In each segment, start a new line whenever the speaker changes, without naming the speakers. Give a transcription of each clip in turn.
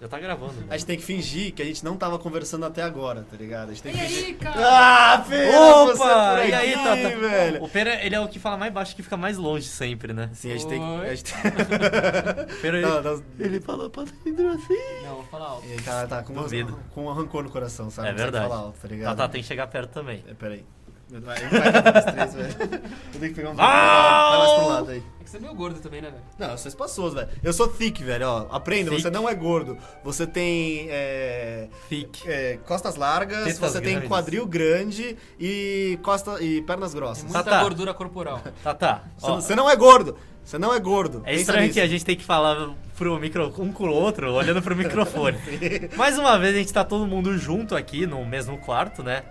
Já tá gravando.
A gente tem que fingir que a gente não tava conversando até agora, tá ligado? A gente tem
E
que fingir.
aí, cara?
Ah, Pera, você por
Opa!
aqui,
E aí, Tata?
velho?
O Pera, ele é o que fala mais baixo que fica mais longe sempre, né?
Sim, a gente tem que. A gente...
O Pera, ele...
Não, não,
ele fala Pedro assim.
Não, vou falar alto.
E aí, cara, tá com,
Duvido.
com um rancor no coração, sabe?
É
Não consegue
verdade.
Falar alto, tá
Tá,
ligado?
tá, tem que chegar perto também.
É, peraí. Vai, vai dar dois, três, velho. Eu tenho que pegar um.
Ah!
Vai mais pro lado aí.
É que você é meio gordo também, né, velho?
Não, eu sou espaçoso, velho. Eu sou thick, velho, ó. Aprenda,
Thick.
você não é gordo. Você tem. É...
Fique.
é, costas largas,
Tetas
você tem
grandes.
quadril grande e, costa, e pernas grossas.
Tem
Tá,
muita
tá.
gordura corporal.
Tá, tá.
Você,
Ó,
não- você não é gordo. Você não é gordo.
é
Pensa
estranho
nisso.
que a gente tem que falar pro micro, um com o outro, olhando pro microfone. Mais uma vez, a gente tá todo mundo junto aqui, no mesmo quarto, né?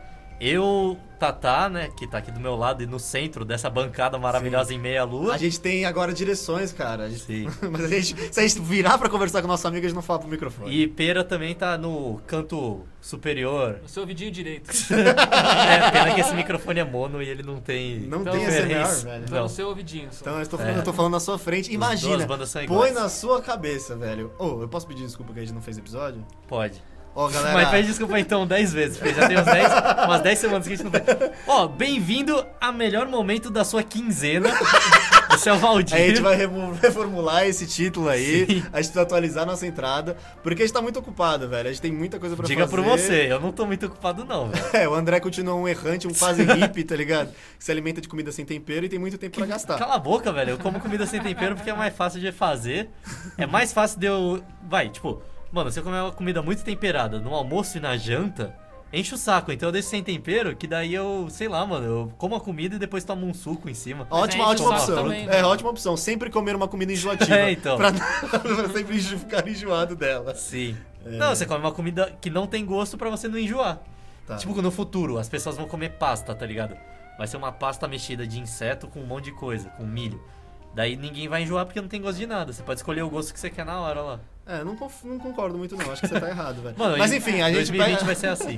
Eu, Tatá, né, que tá aqui do meu lado e no centro dessa bancada maravilhosa em meia lua.
A gente tem agora direções, cara. A gente-
Sim.
Mas a gente, se a gente virar pra conversar com o nosso amigo, a gente não fala pro microfone.
E Pera também tá no canto superior.
O seu vidinho direito.
É, pena que esse microfone é mono e ele não tem.
Não
então,
tem
referência.
SMR, velho.
Tá
Não.
no seu ouvidinho. só.
Então eu estou
É.
falando, eu tô falando na sua frente. Imagina,
duas bandas são
põe
iguais.
na sua cabeça, velho. Ô, eu posso pedir desculpa que a gente não fez episódio?
Pode.
Ó, galera.
Mas pede desculpa então 10 vezes, porque já tem umas 10, umas 10 semanas que a gente não fez. Ó, bem-vindo a melhor momento da sua quinzena. Esse é o Valdir.
Aí a gente vai remo- reformular esse título aí,
Sim.
a gente precisa atualizar nossa entrada, porque a gente tá muito ocupado, velho. A gente tem muita coisa pra
Diga
fazer.
por você, eu não tô muito ocupado não, velho.
É, o André continua um errante, um quase hippie, tá ligado? Que se alimenta de comida sem tempero e tem muito tempo pra gastar.
Cala a boca, velho. Eu como comida sem tempero porque é mais fácil de fazer. É mais fácil de eu. Vai, tipo, mano, se eu comer uma comida muito temperada no almoço e na janta, enche o saco. Então eu deixo sem tempero, que daí eu, sei lá, mano, eu como a comida e depois tomo um suco em cima.
Mas
Ótima,
aí
ótima
enche o saco
opção.
também, né?
É, ótima opção. Sempre comer uma comida enjoativa.
É, então.
Pra, pra sempre enjo- ficar enjoado dela.
Sim. Não, você come uma comida que não tem gosto pra você não enjoar.
Tá.
Tipo, no futuro, as pessoas vão comer pasta, tá ligado? Vai ser uma pasta mexida de inseto com um monte de coisa, com milho. Daí ninguém vai enjoar porque não tem gosto de nada. Você pode escolher o gosto que você quer na hora lá.
É, não, conf- não concordo muito, não. Acho que você tá errado, velho.
Mano,
Mas
e
enfim, a gente,
2020
pede,
vai ser assim.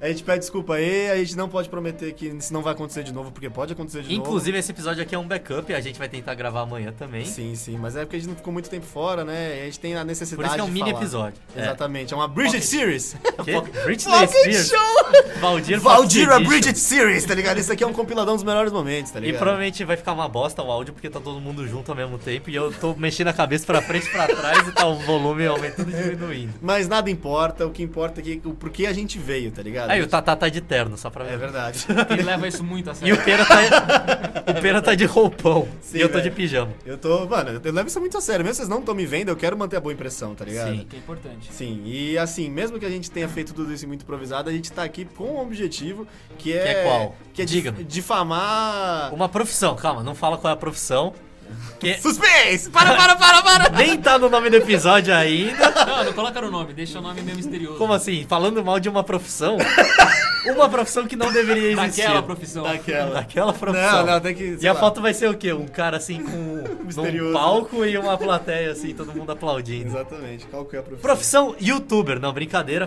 a gente pede desculpa aí, a gente não pode prometer que isso não vai acontecer de novo, porque pode acontecer de novo.
Inclusive, esse episódio aqui é um backup, a gente vai tentar gravar amanhã também.
Sim, sim, mas é porque a gente não ficou muito tempo fora, né? E a gente tem a necessidade
Por isso que é um
de
mini
falar.
episódio.
Exatamente, é uma Bridget
Ok.
Series.
É. Que? Britney
Fucking
Spears,
show!
Valdir é
Valdir, a
Edition.
Bridget Series, tá ligado? Isso aqui é um compiladão dos melhores momentos, tá
E
ligado?
provavelmente vai ficar uma bosta o áudio, porque tá todo mundo junto ao mesmo tempo e eu tô mexendo a cabeça pra frente e pra trás e tá o volume aumentando e diminuindo.
Mas nada importa, o que importa é que, o porquê a gente veio, tá ligado?
Aí o Tatá tá de terno, só pra ver.
É verdade.
Ele leva isso muito a
E
sério.
o Pera tá, o Pera tá de roupão
Sim,
e eu tô
velho.
de pijama.
Eu tô, mano, eu levo isso muito a sério. Mesmo vocês não estão me vendo, eu quero manter a boa impressão, tá
Sim.
ligado? Sim.
Que é importante.
Sim, e assim, mesmo que a gente tenha feito tudo isso muito improvisado, a gente tá aqui com um objetivo que é.
Que é qual?
Que é dif-
Diga-me.
difamar.
Uma profissão, calma, não fala qual é a profissão. Que
Suspense! Para, para, para, para!
nem tá no nome do episódio ainda.
Não, não coloca o nome, deixa o nome meio misterioso.
Como assim? Falando mal de uma profissão? Uma profissão que não deveria existir.
Daquela profissão.
Daquela.
Daquela profissão.
Não, não, tem que.
E
sei
a
lá.
foto vai ser o quê? Um cara assim com
Misterioso.
um palco e uma plateia assim, todo mundo aplaudindo.
Exatamente, qual que é a profissão?
Profissão youtuber, não, brincadeira.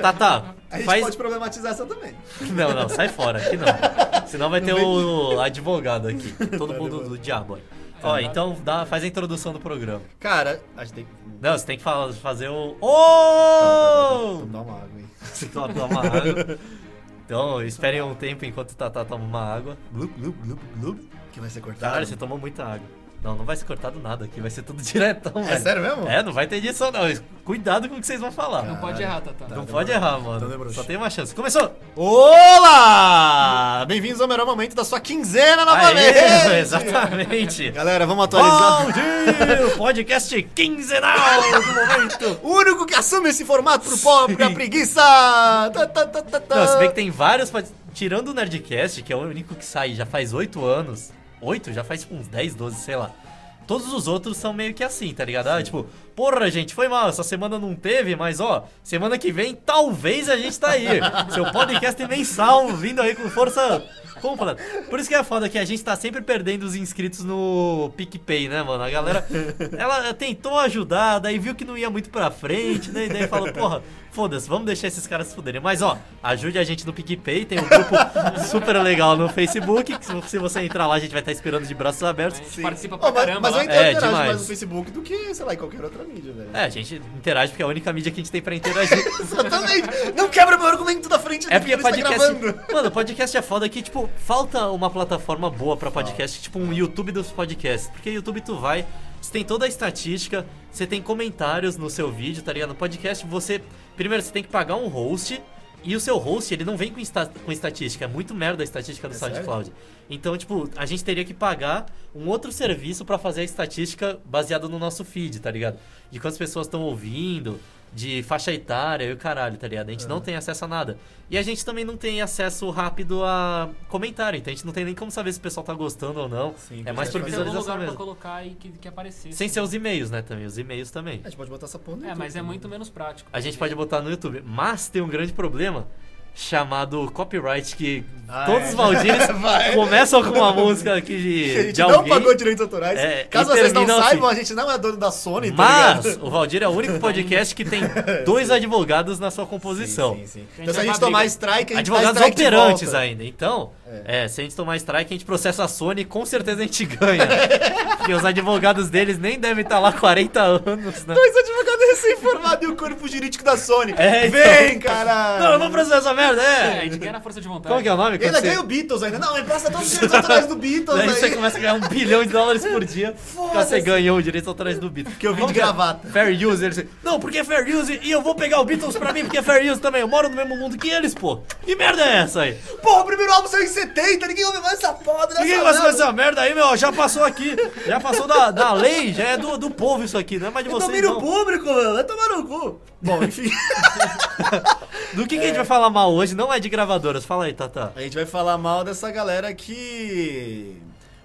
Tata,
A gente
faz.
pode problematizar essa também.
Não, não, sai fora, aqui não. Senão vai ter o advogado aqui. Todo mundo do diabo aí. Ó, então dá, faz a introdução do programa.
Cara, a gente tem que.
Não, você tem que fa- fazer o.
Tá,
Oh!
Dá uma água aí.
Você toma uma água. Então, esperem um tempo enquanto o Tatá toma uma água. Glup, glup, glup, glup.
Que vai ser cortado.
Caralho, você tá tomou muita água. Não, não vai ser cortado nada aqui, vai ser tudo diretão,
É
velho.
sério mesmo?
É, não vai ter edição, não. Cuidado com o que vocês vão falar.
Não pode errar, Tatá.
não
demorou.
pode errar, mano.
Então demorou.
Só tem uma chance. Começou!
Olá! Bem-vindos ao melhor momento da sua quinzena novamente!
Aê, exatamente!
Galera, vamos atualizar.
Valdir, podcast quinzenal do momento!
O único que assume esse formato pro pobre, a preguiça! Tá, tá, tá, tá, tá.
Não, se bem que tem vários. pod- Tirando o Nerdcast, que é o único que sai já faz 8 anos. 8? Já faz tipo, uns 10, 12, sei lá. Todos os outros são meio que assim, tá ligado? Ah, tipo, porra, gente, foi mal, essa semana não teve, mas ó, semana que vem talvez a gente tá aí. Seu podcast mensal vindo aí com força Completo. Por isso que é foda que a gente tá sempre perdendo os inscritos no PicPay, né, mano? A galera, ela tentou ajudar, daí viu que não ia muito pra frente, né? E daí falou, porra, foda-se, vamos deixar esses caras se fuderem. Mas, ó, ajude a gente no PicPay, tem um grupo super legal no Facebook, que se você entrar lá, a gente vai estar esperando de braços
A
abertos.
gente
Sim.
participa
Ó,
pra
mas,
caramba
mas eu
lá.
interajo
É,
mais
demais.
no Facebook do que, sei lá, em qualquer outra mídia, velho.
É, a gente interage porque é a única mídia que a gente tem pra interagir.
Exatamente! Não quebra meu argumento da frente
É
do
porque
que ele está
podcast.
tá gravando.
Mano, podcast é foda que, tipo, falta uma plataforma boa pra podcast, tipo um YouTube dos podcasts. Porque YouTube tu vai, você tem toda a estatística, você tem comentários no seu vídeo, tá ligado? No podcast você. Primeiro você tem que pagar um host. E o seu host, ele não vem com, esta- com estatística, é muito merda a estatística do
É sério?
SoundCloud. Então, tipo, a gente teria que pagar um outro serviço pra fazer a estatística baseada no nosso feed, tá ligado? De quantas pessoas estão ouvindo, de faixa etária e o caralho, tá ligado? A gente não tem acesso a nada. E a gente também não tem acesso rápido a comentário, então a gente não tem nem como saber se o pessoal tá gostando ou não.
Sim,
é mais por
verdade.
Tem algum
visualização
lugar pra
mesmo.
colocar e que, que aparecer.
Sem ser os e-mails, né, também. Os e-mails também.
A gente pode botar essa porra no
É,
YouTube
mas é
também.
muito menos prático. É.
A gente pode botar no YouTube. Mas tem um grande problema chamado copyright que
Ah,
todos
é.
os Valdires
Vai.
começam com uma música aqui de,
Que a gente
de
não
alguém.
pagou direitos autorais.
É,
Caso
e
vocês não
terminam assim.
saibam, a gente não é dono da Sony, tá
Mas
ligado?
o Valdir é o único podcast que tem dois advogados na sua composição.
Sim, sim, sim.
Tem
Então se a
que
gente
dar
tomar
briga.
strike, a gente dá
Advogados
strike de
operantes
volta.
ainda. Então,
É.
é. se a gente tomar strike, a gente processa a Sony e com certeza a gente ganha. Porque os advogados deles nem devem estar lá 40 anos, né?
Dois advogados recém-formados e o corpo jurídico da Sony.
É, então.
Vem, caralho!
Não, eu vou processar essa merda,
É, a
é.
gente ganha na força de vontade.
Como que é o nome?
E ainda
Quando
ganha o Beatles ainda. Não, empresta todos os direitos autorais do Beatles
Daí você
aí.
começa a ganhar um bilhão de dólares por dia. Porque você
Foda-se.
ganhou o direito atrás do Beatles.
Que eu vim
Como
de
é?
gravata.
Fair use, eles. Não, porque é fair use e eu vou pegar o Beatles pra mim, porque é fair use também. Eu moro no mesmo mundo que eles, pô. Que merda é essa aí?
Porra, o primeiro álbum saiu em 70, ninguém ouve mais essa foda dessa
Ninguém gosta
merda.
dessa merda aí, meu. Já passou aqui. Já passou da, da lei, já é do, do povo isso aqui, não é mais de
É
vocês.
domínio
Não.
público, mano. Vai tomar no cu. Bom, enfim.
Do que, que a gente vai falar mal hoje? Não é de gravadoras. Fala aí, Tata.
A gente vai falar mal dessa galera que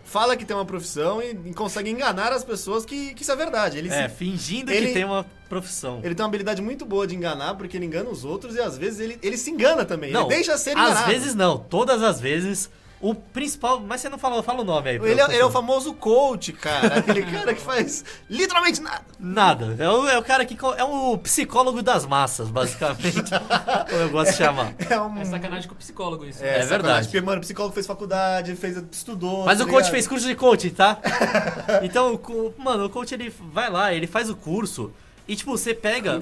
fala que tem uma profissão e consegue enganar as pessoas que, que isso é verdade. Ele,
É,
se-
fingindo que
ele-
tem uma profissão.
ele tem uma habilidade muito boa de enganar, porque ele engana os outros e às vezes ele, ele se engana também.
não,
ele deixa ser enganado.
Às vezes não, todas as vezes. O principal. Mas você não falou, fala o nome aí. pra
Ele é,
eu-
ele é o famoso coach, cara. Aquele cara que faz literalmente nada.
Nada. É o, é o cara que. co- É o psicólogo das massas, basicamente. como eu gosto de chamar.
É um.
É sacanagem com o psicólogo isso.
É.
sacanagem,
verdade.
Porque, mano, o psicólogo fez faculdade, fez, estudou.
Mas
tá
o coach
ligado?
fez curso de coaching, tá? Então, o co- mano, o coach ele vai lá, ele faz o curso. E tipo, você pega.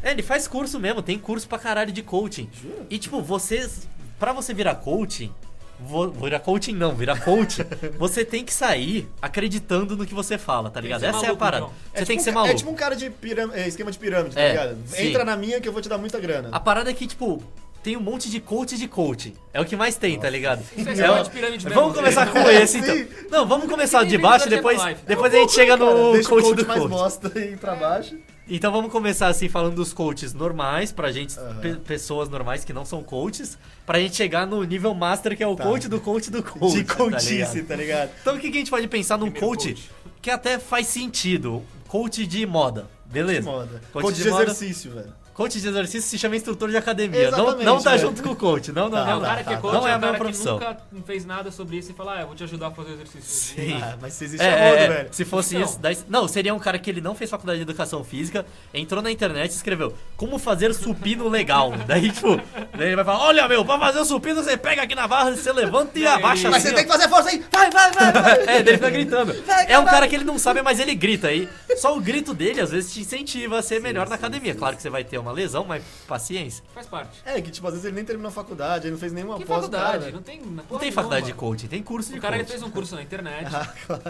É, ele faz curso mesmo, tem curso pra caralho de coaching.
Jura?
E tipo, você. Pra você virar coaching. vo- Virar coaching não, virar coach. você tem que sair acreditando no que você fala, tá
Tem
ligado?
que ser
Essa é a
maluco,
parada.
então.
Você tem
É tipo
que ser
um ca-
maluco.
É tipo um cara de piram- é, esquema de pirâmide,
É,
tá ligado?
sim.
Entra na minha que eu vou te dar muita grana.
A parada é que, tipo, tem um monte de coach de coaching. É o que mais tem, tá ligado?
Isso é
É
esquema
o-
de pirâmide mesmo.
Vamos começar com esse, então.
Sim.
Não, vamos começar
Tem
de
nem
baixo,
verdade
depois,
é life.
depois a gente chega no
Cara, deixa
coach
o coach
do
mais
coach.
bosta e ir pra baixo.
Então vamos começar assim falando dos coaches normais, pra gente,
Aham.
pe- pessoas normais que não são coaches, pra gente chegar no nível master que é o
Tá.
coach do coach do coach.
de
tá
coachice,
ligado?
tá ligado?
então o que que a gente pode pensar num
Primeiro
coach,
coach.
que até faz sentido? Coach de moda,
Que
beleza?
moda.
Coach
Coach
de
de,
moda.
exercício, velho.
Coach de exercício se chama instrutor de academia. Não,
Exatamente,
não tá
velho.
junto com o coach, não, não,
Tá,
É
não.
o é. cara que é
tá,
coach,
não é
é
a
o
minha
cara que
profissão.
nunca fez nada sobre isso e fala, ah, eu vou te ajudar a fazer o exercício.
Sim.
Ah, mas se existe
É,
a moda,
é, é.
velho.
se fosse
Então.
isso, daí, não, seria um cara que ele não fez faculdade de educação física, entrou na internet e escreveu como fazer supino legal. daí, tipo, daí ele vai falar: Olha, meu, pra fazer o supino você pega aqui na barra, você levanta e
Daí-
abaixa
Mas
assim,
você
ó."
tem que fazer força aí. Vai, vai, vai, vai.
É, dele fica gritando.
Vai,
É um
vai.
cara que ele não sabe, mas ele grita. E só o grito dele às vezes te incentiva a ser melhor na academia. Claro que você vai ter uma lesão, mas paciência.
Faz parte.
É, que tipo, às vezes ele nem terminou a faculdade, ele não fez nenhuma
Que
pós,
faculdade?
cara.
Não tem na
né? Não
porra
tem
nenhuma.
faculdade de coaching, tem curso de
O cara ele
coaching.
fez um curso na internet,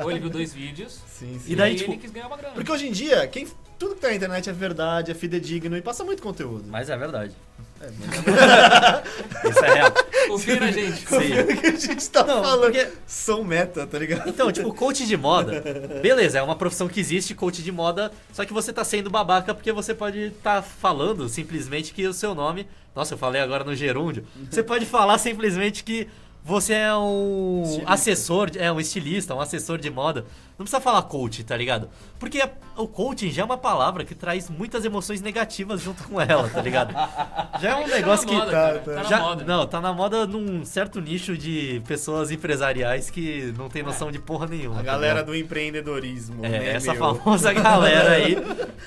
ou ele viu dois vídeos,
Sim, sim.
E daí,
aí
tipo,
ele quis ganhar uma grana.
Porque hoje em dia, quem... tudo que tá na internet é verdade, é fidedigno e passa muito conteúdo.
Mas é verdade.
É,
Isso é real.
Confia na gente.
Sim.
o que a gente tá
Não,
falando
porque-
são meta, tá ligado?
Então, tipo, coach de moda, beleza, é uma profissão que existe, coach de moda, só que você tá sendo babaca porque você pode estar falando simplesmente que o seu nome. Nossa, eu falei agora no gerúndio. Você pode falar simplesmente que você é um
Estilista.
assessor, de- é um estilista, um assessor de moda. Não precisa falar coach, tá ligado? Porque a- o coaching já é uma palavra que traz muitas emoções negativas junto com ela, tá ligado? Já é um negócio
tá
que.
na moda,
tá-
cara,
tá-
tá na
já-
moda.
Não, tá na moda num certo nicho de pessoas empresariais que não tem noção de porra nenhuma.
É. A
tá
galera
ligado?
do empreendedorismo,
É,
né,
essa
meu?
famosa galera aí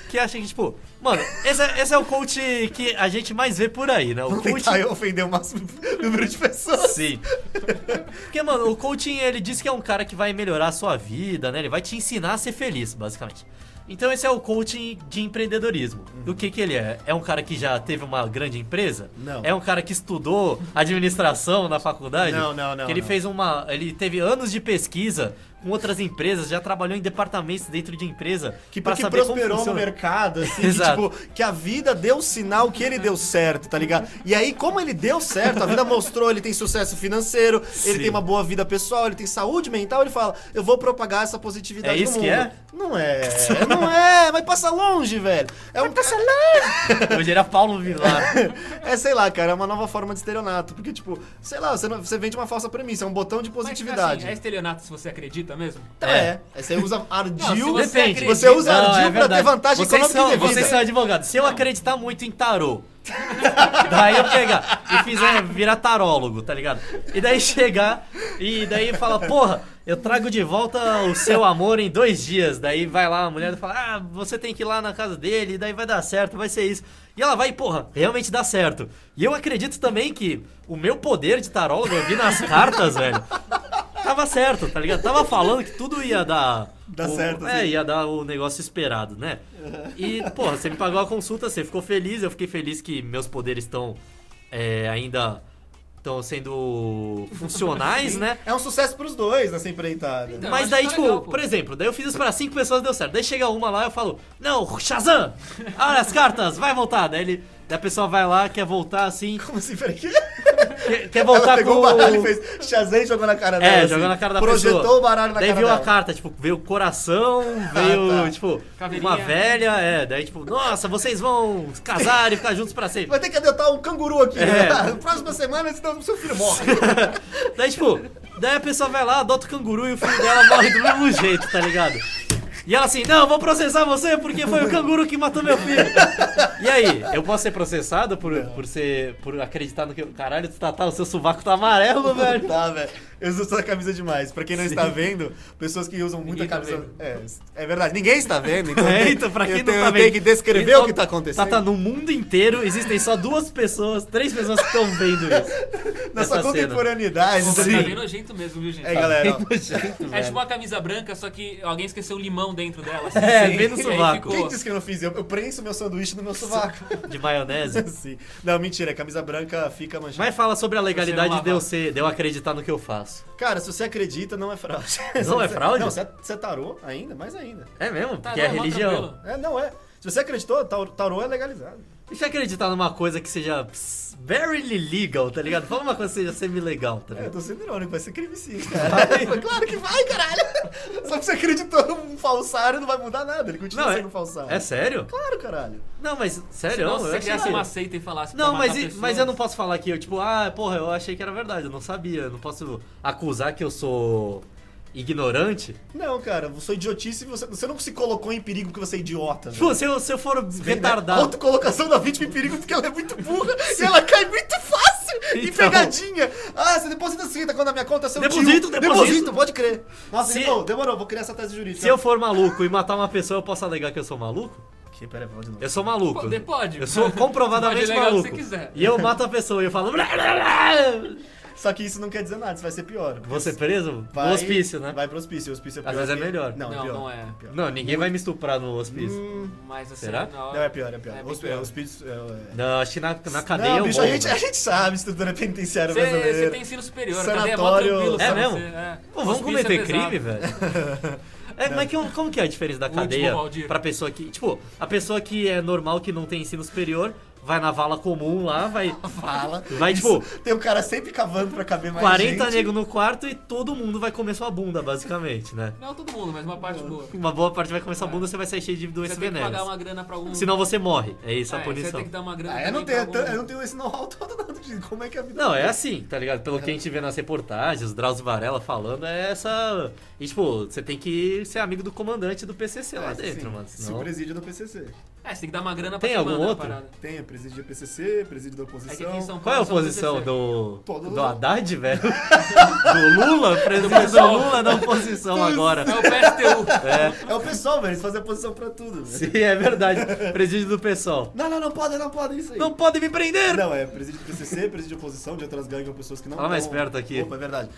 que acha que, tipo, mano, esse é, esse é o coach que a gente mais vê por aí, né? O
Vou
coach.
tentar eu ofender o máximo número de pessoas.
Sim. Porque, mano, o coaching, ele diz que é um cara que vai melhorar a sua vida, né? Ele vai te ensinar a ser feliz, basicamente. Então esse é o coaching de empreendedorismo. E O que que ele é? É um cara que já teve uma grande empresa?
Não.
É um cara que estudou administração na faculdade?
Não, não, não,
Que ele
não.
fez uma, ele teve anos de pesquisa com outras empresas, já trabalhou em departamentos dentro de empresa
Que,
pra
que
saber como
prosperou no
funciona.
mercado, assim, que,
Exato.
tipo, que a vida deu sinal que ele deu certo, tá ligado? E aí, como ele deu certo, a vida mostrou, ele tem sucesso financeiro,
Sim.
ele tem uma boa vida pessoal, ele tem saúde mental, ele fala, eu vou propagar essa positividade
É isso
no
que
mundo.
é?
Não é, não é, vai passar longe, velho. É um passar longe.
Hoje era Paulo Vilar.
É, sei lá, cara, é uma nova forma de estelionato, porque, tipo, sei lá, você, não- você vende uma falsa premissa, é um botão de
Mas,
positividade.
assim, é estelionato se você acredita mesmo?
Então é. Aí você usa
Não, se
ardil.
você
Depende.
você,
é
acredita-
usa ardil pra ter
verdade.
vantagem
vocês
econômica
são,
indevida.
Vocês são advogados. Se eu acreditar muito em tarô, daí eu pegar e fizer é, virar tarólogo, tá ligado? E daí chegar e daí fala, porra, eu trago de volta o seu amor em dois dias. Daí vai lá a mulher e fala, ah, você tem que ir lá na casa dele, daí vai dar certo, vai ser isso. E ela vai, e, porra, realmente dá certo. E eu acredito também que o meu poder de tarólogo, eu vi nas cartas, velho. Tava certo, tá ligado? Tava falando que tudo ia dar.
Dá
o-
certo,
É,
sim.
ia dar o negócio esperado, né? E, porra, você me pagou a consulta, você ficou feliz, eu fiquei feliz que meus poderes estão é, ainda estão sendo funcionais, né?
É um sucesso pros dois nessa empreitada.
Então,
Mas
acho
daí,
que tá
tipo,
legal, pô.
por exemplo, daí eu fiz isso pra cinco pessoas deu certo. Daí chega uma lá eu falo, não, Shazam! Olha as cartas, vai voltar. Daí, ele, daí a pessoa vai lá, quer voltar assim,
Como assim, peraí?
quer, quer
Ela
voltar
pegou
com
o baralho e fez Shazam e jogou na cara dela.
É,
assim.
jogando na cara da
Projetou
pessoa.
o baralho na
daí
cara
viu
dela.
a carta, tipo, veio coração, veio,
tá.
tipo,
Caveirinha.
uma velha, é, daí tipo, nossa, vocês vão casar e ficar juntos pra sempre.
Vai ter que adotar um canguru aqui.
É.
Na Próxima semana, senão seu filho morre.
Daí, tipo, daí a pessoa vai lá, adota o canguru e o filho dela morre do mesmo jeito, tá ligado? E ela assim, não, eu vou processar você porque foi o canguru que matou meu filho. E aí, eu posso ser processado por, por ser. por acreditar no que. eu- Caralho, tu tá, tá, o seu sovaco tá amarelo, velho.
tá, velho. Eu uso essa camisa demais. Pra quem não está vendo, pessoas que usam muita
Ninguém tá
camisa.
vendo.
é, é verdade, ninguém está vendo. Então,
É, então, pra quem
eu
não
tenho,
tá
eu tenho
vendo.
que descrever
Então,
o que tá acontecendo.
Tá, tá, no mundo inteiro existem só duas pessoas, três pessoas que estão vendo isso.
Na sua
Essa cena.
contemporaneidade.
Pô, mas
assim.
Tá bem nojento mesmo, viu, gente?
É, galera. ó.
Bem nojento,
É
velho.
tipo uma camisa branca, só que alguém esqueceu o limão dentro dela. assim.
É,
Sim.
bem no
E aí
sovaco.
ficou-
Quem disse que eu não fiz? Eu, eu prenso meu sanduíche no meu sovaco.
De maionese.
Sim. Não, mentira, a camisa branca fica manchada.
Mas fala sobre a
Você
legalidade
não
de eu,
lava.
ser, de eu acreditar no que eu faço.
Cara, se você acredita, não é fraude.
Não é
Você-
fraude?
Não, você você é tarô ainda, mais ainda.
É mesmo?
Tá,
Porque é
não, mó
religião.
tranquilo.
É, não é. Se você acreditou, tarô, tarô é legalizado.
E se acreditar numa coisa que seja ps, very legal, tá ligado? Fala uma coisa que seja semi-legal, tá
É, eu
ligado?
tô sendo irônico, vai ser crime sim, cara. claro que vai, caralho. Só que você acreditou num falsário, não vai mudar nada. Ele continua
Não, é-
sendo um falsário.
É sério?
Claro, caralho.
Não, mas sério,
Senão,
eu
se você
achei
criasse
que-
uma seita e falasse pra
Não,
matar
mas, e-
pessoas-
mas eu não posso falar que eu, tipo, ah, porra, eu achei que era verdade, eu não sabia. Eu não posso acusar que eu sou ignorante.
Não, cara, eu sou idiotice e você, você não se colocou em perigo porque você é
Pô,
idiota. velho.
Tipo, se eu, se eu for
Bem, né?
retardado.
Autocolocação da vítima em perigo porque ela é muito burra e ela cai muito fácil em
Então.
pegadinha. Ah, você deposita 50 quando na minha conta, é seu
Deposito,
tio.
deposito.
pode crer. Nossa,
Se-
demorou, demorou, vou criar essa tese jurídica.
Se eu for maluco e matar uma pessoa, eu posso alegar que eu sou maluco?
Que, pera, vou de novo.
Eu sou maluco.
Pode, pode. né?
Eu sou
Pode
comprovadamente
alegar o que
maluco.
você quiser.
E eu mato a pessoa e eu falo.
Só que isso não quer dizer nada, isso vai ser pior.
Vou ser preso?
Vai,
No hospício, né?
Vai pro hospício, o hospício é pior.
Às vezes é
que-
melhor.
Não,
Não,
pior.
não é.
pior.
Não, ninguém vai me estuprar no hospício.
Hum.
Mas assim,
Será?
na hora-
Não, é pior, é pior.
É
É
bem
hosp-
pior.
é hospício. É, é...
Não, acho que na, na cadeia
não,
eu
bicho, a
morro, né?
gente, é a
velho.
gente sabe estrutura penitenciária
Você você
brasileira.
tem ensino superior, cadê? É mó
Sanatório.
tranquilo,
É
sabe?
mesmo?
Você- é.
Pô, vamos
Hospício é
cometer
pesado.
crime, velho? É, mas que- como que é a diferença da
Último,
cadeia
Valdir.
pra pessoa que. Tipo, a pessoa que é normal, que não tem ensino superior, vai na vala comum lá, vai
Fala.
Vai,
Isso,
tipo-
Tem o cara sempre cavando pra caber mais
40
gente.
negros no quarto e todo mundo vai comer sua bunda, basicamente, né?
Não todo mundo, mas uma parte boa.
Uma boa parte vai comer sua bunda, você vai sair cheio de doenças
É. Você tem que pagar
venéreas.
uma grana pra algum...
Senão você morre. É isso a
é, você
punição.
tem que dar uma grana
Ah, eu, não
também tá
tenho,
pra
tan- eu
algum...
não tenho esse know-how todo não, de como é que é a vida.
Não, é assim, tá ligado? Pelo que a gente vê nas reportagens, o Drauzio Varela falando, é essa. E, tipo, você tem que ser amigo do comandante do PCC lá
É,
dentro,
sim.
mano.
Se o
Senão...
presídio do PCC.
É, você tem que dar uma grana pra
Tem
quem
algum
manda na
outro?
parada.
Tem, presídio do PCC, presídio da
É que
oposição.
aqui em São Paulo
Qual é a
são
oposição
16.
do.
Todo
Do
mundo.
Haddad, velho? do Lula? Presidente do Lula na oposição agora.
É o PSTU.
É,
É o pessoal, velho, eles fazem a posição pra tudo. velho.
sim, é verdade. Presídio do pessoal.
Não, não, não pode, não pode, isso aí.
Não podem me prender!
Não, é presídio do PCC, presídio de oposição, de outras gangues ou pessoas que não
Fala mais perto aqui.
Opa, é verdade.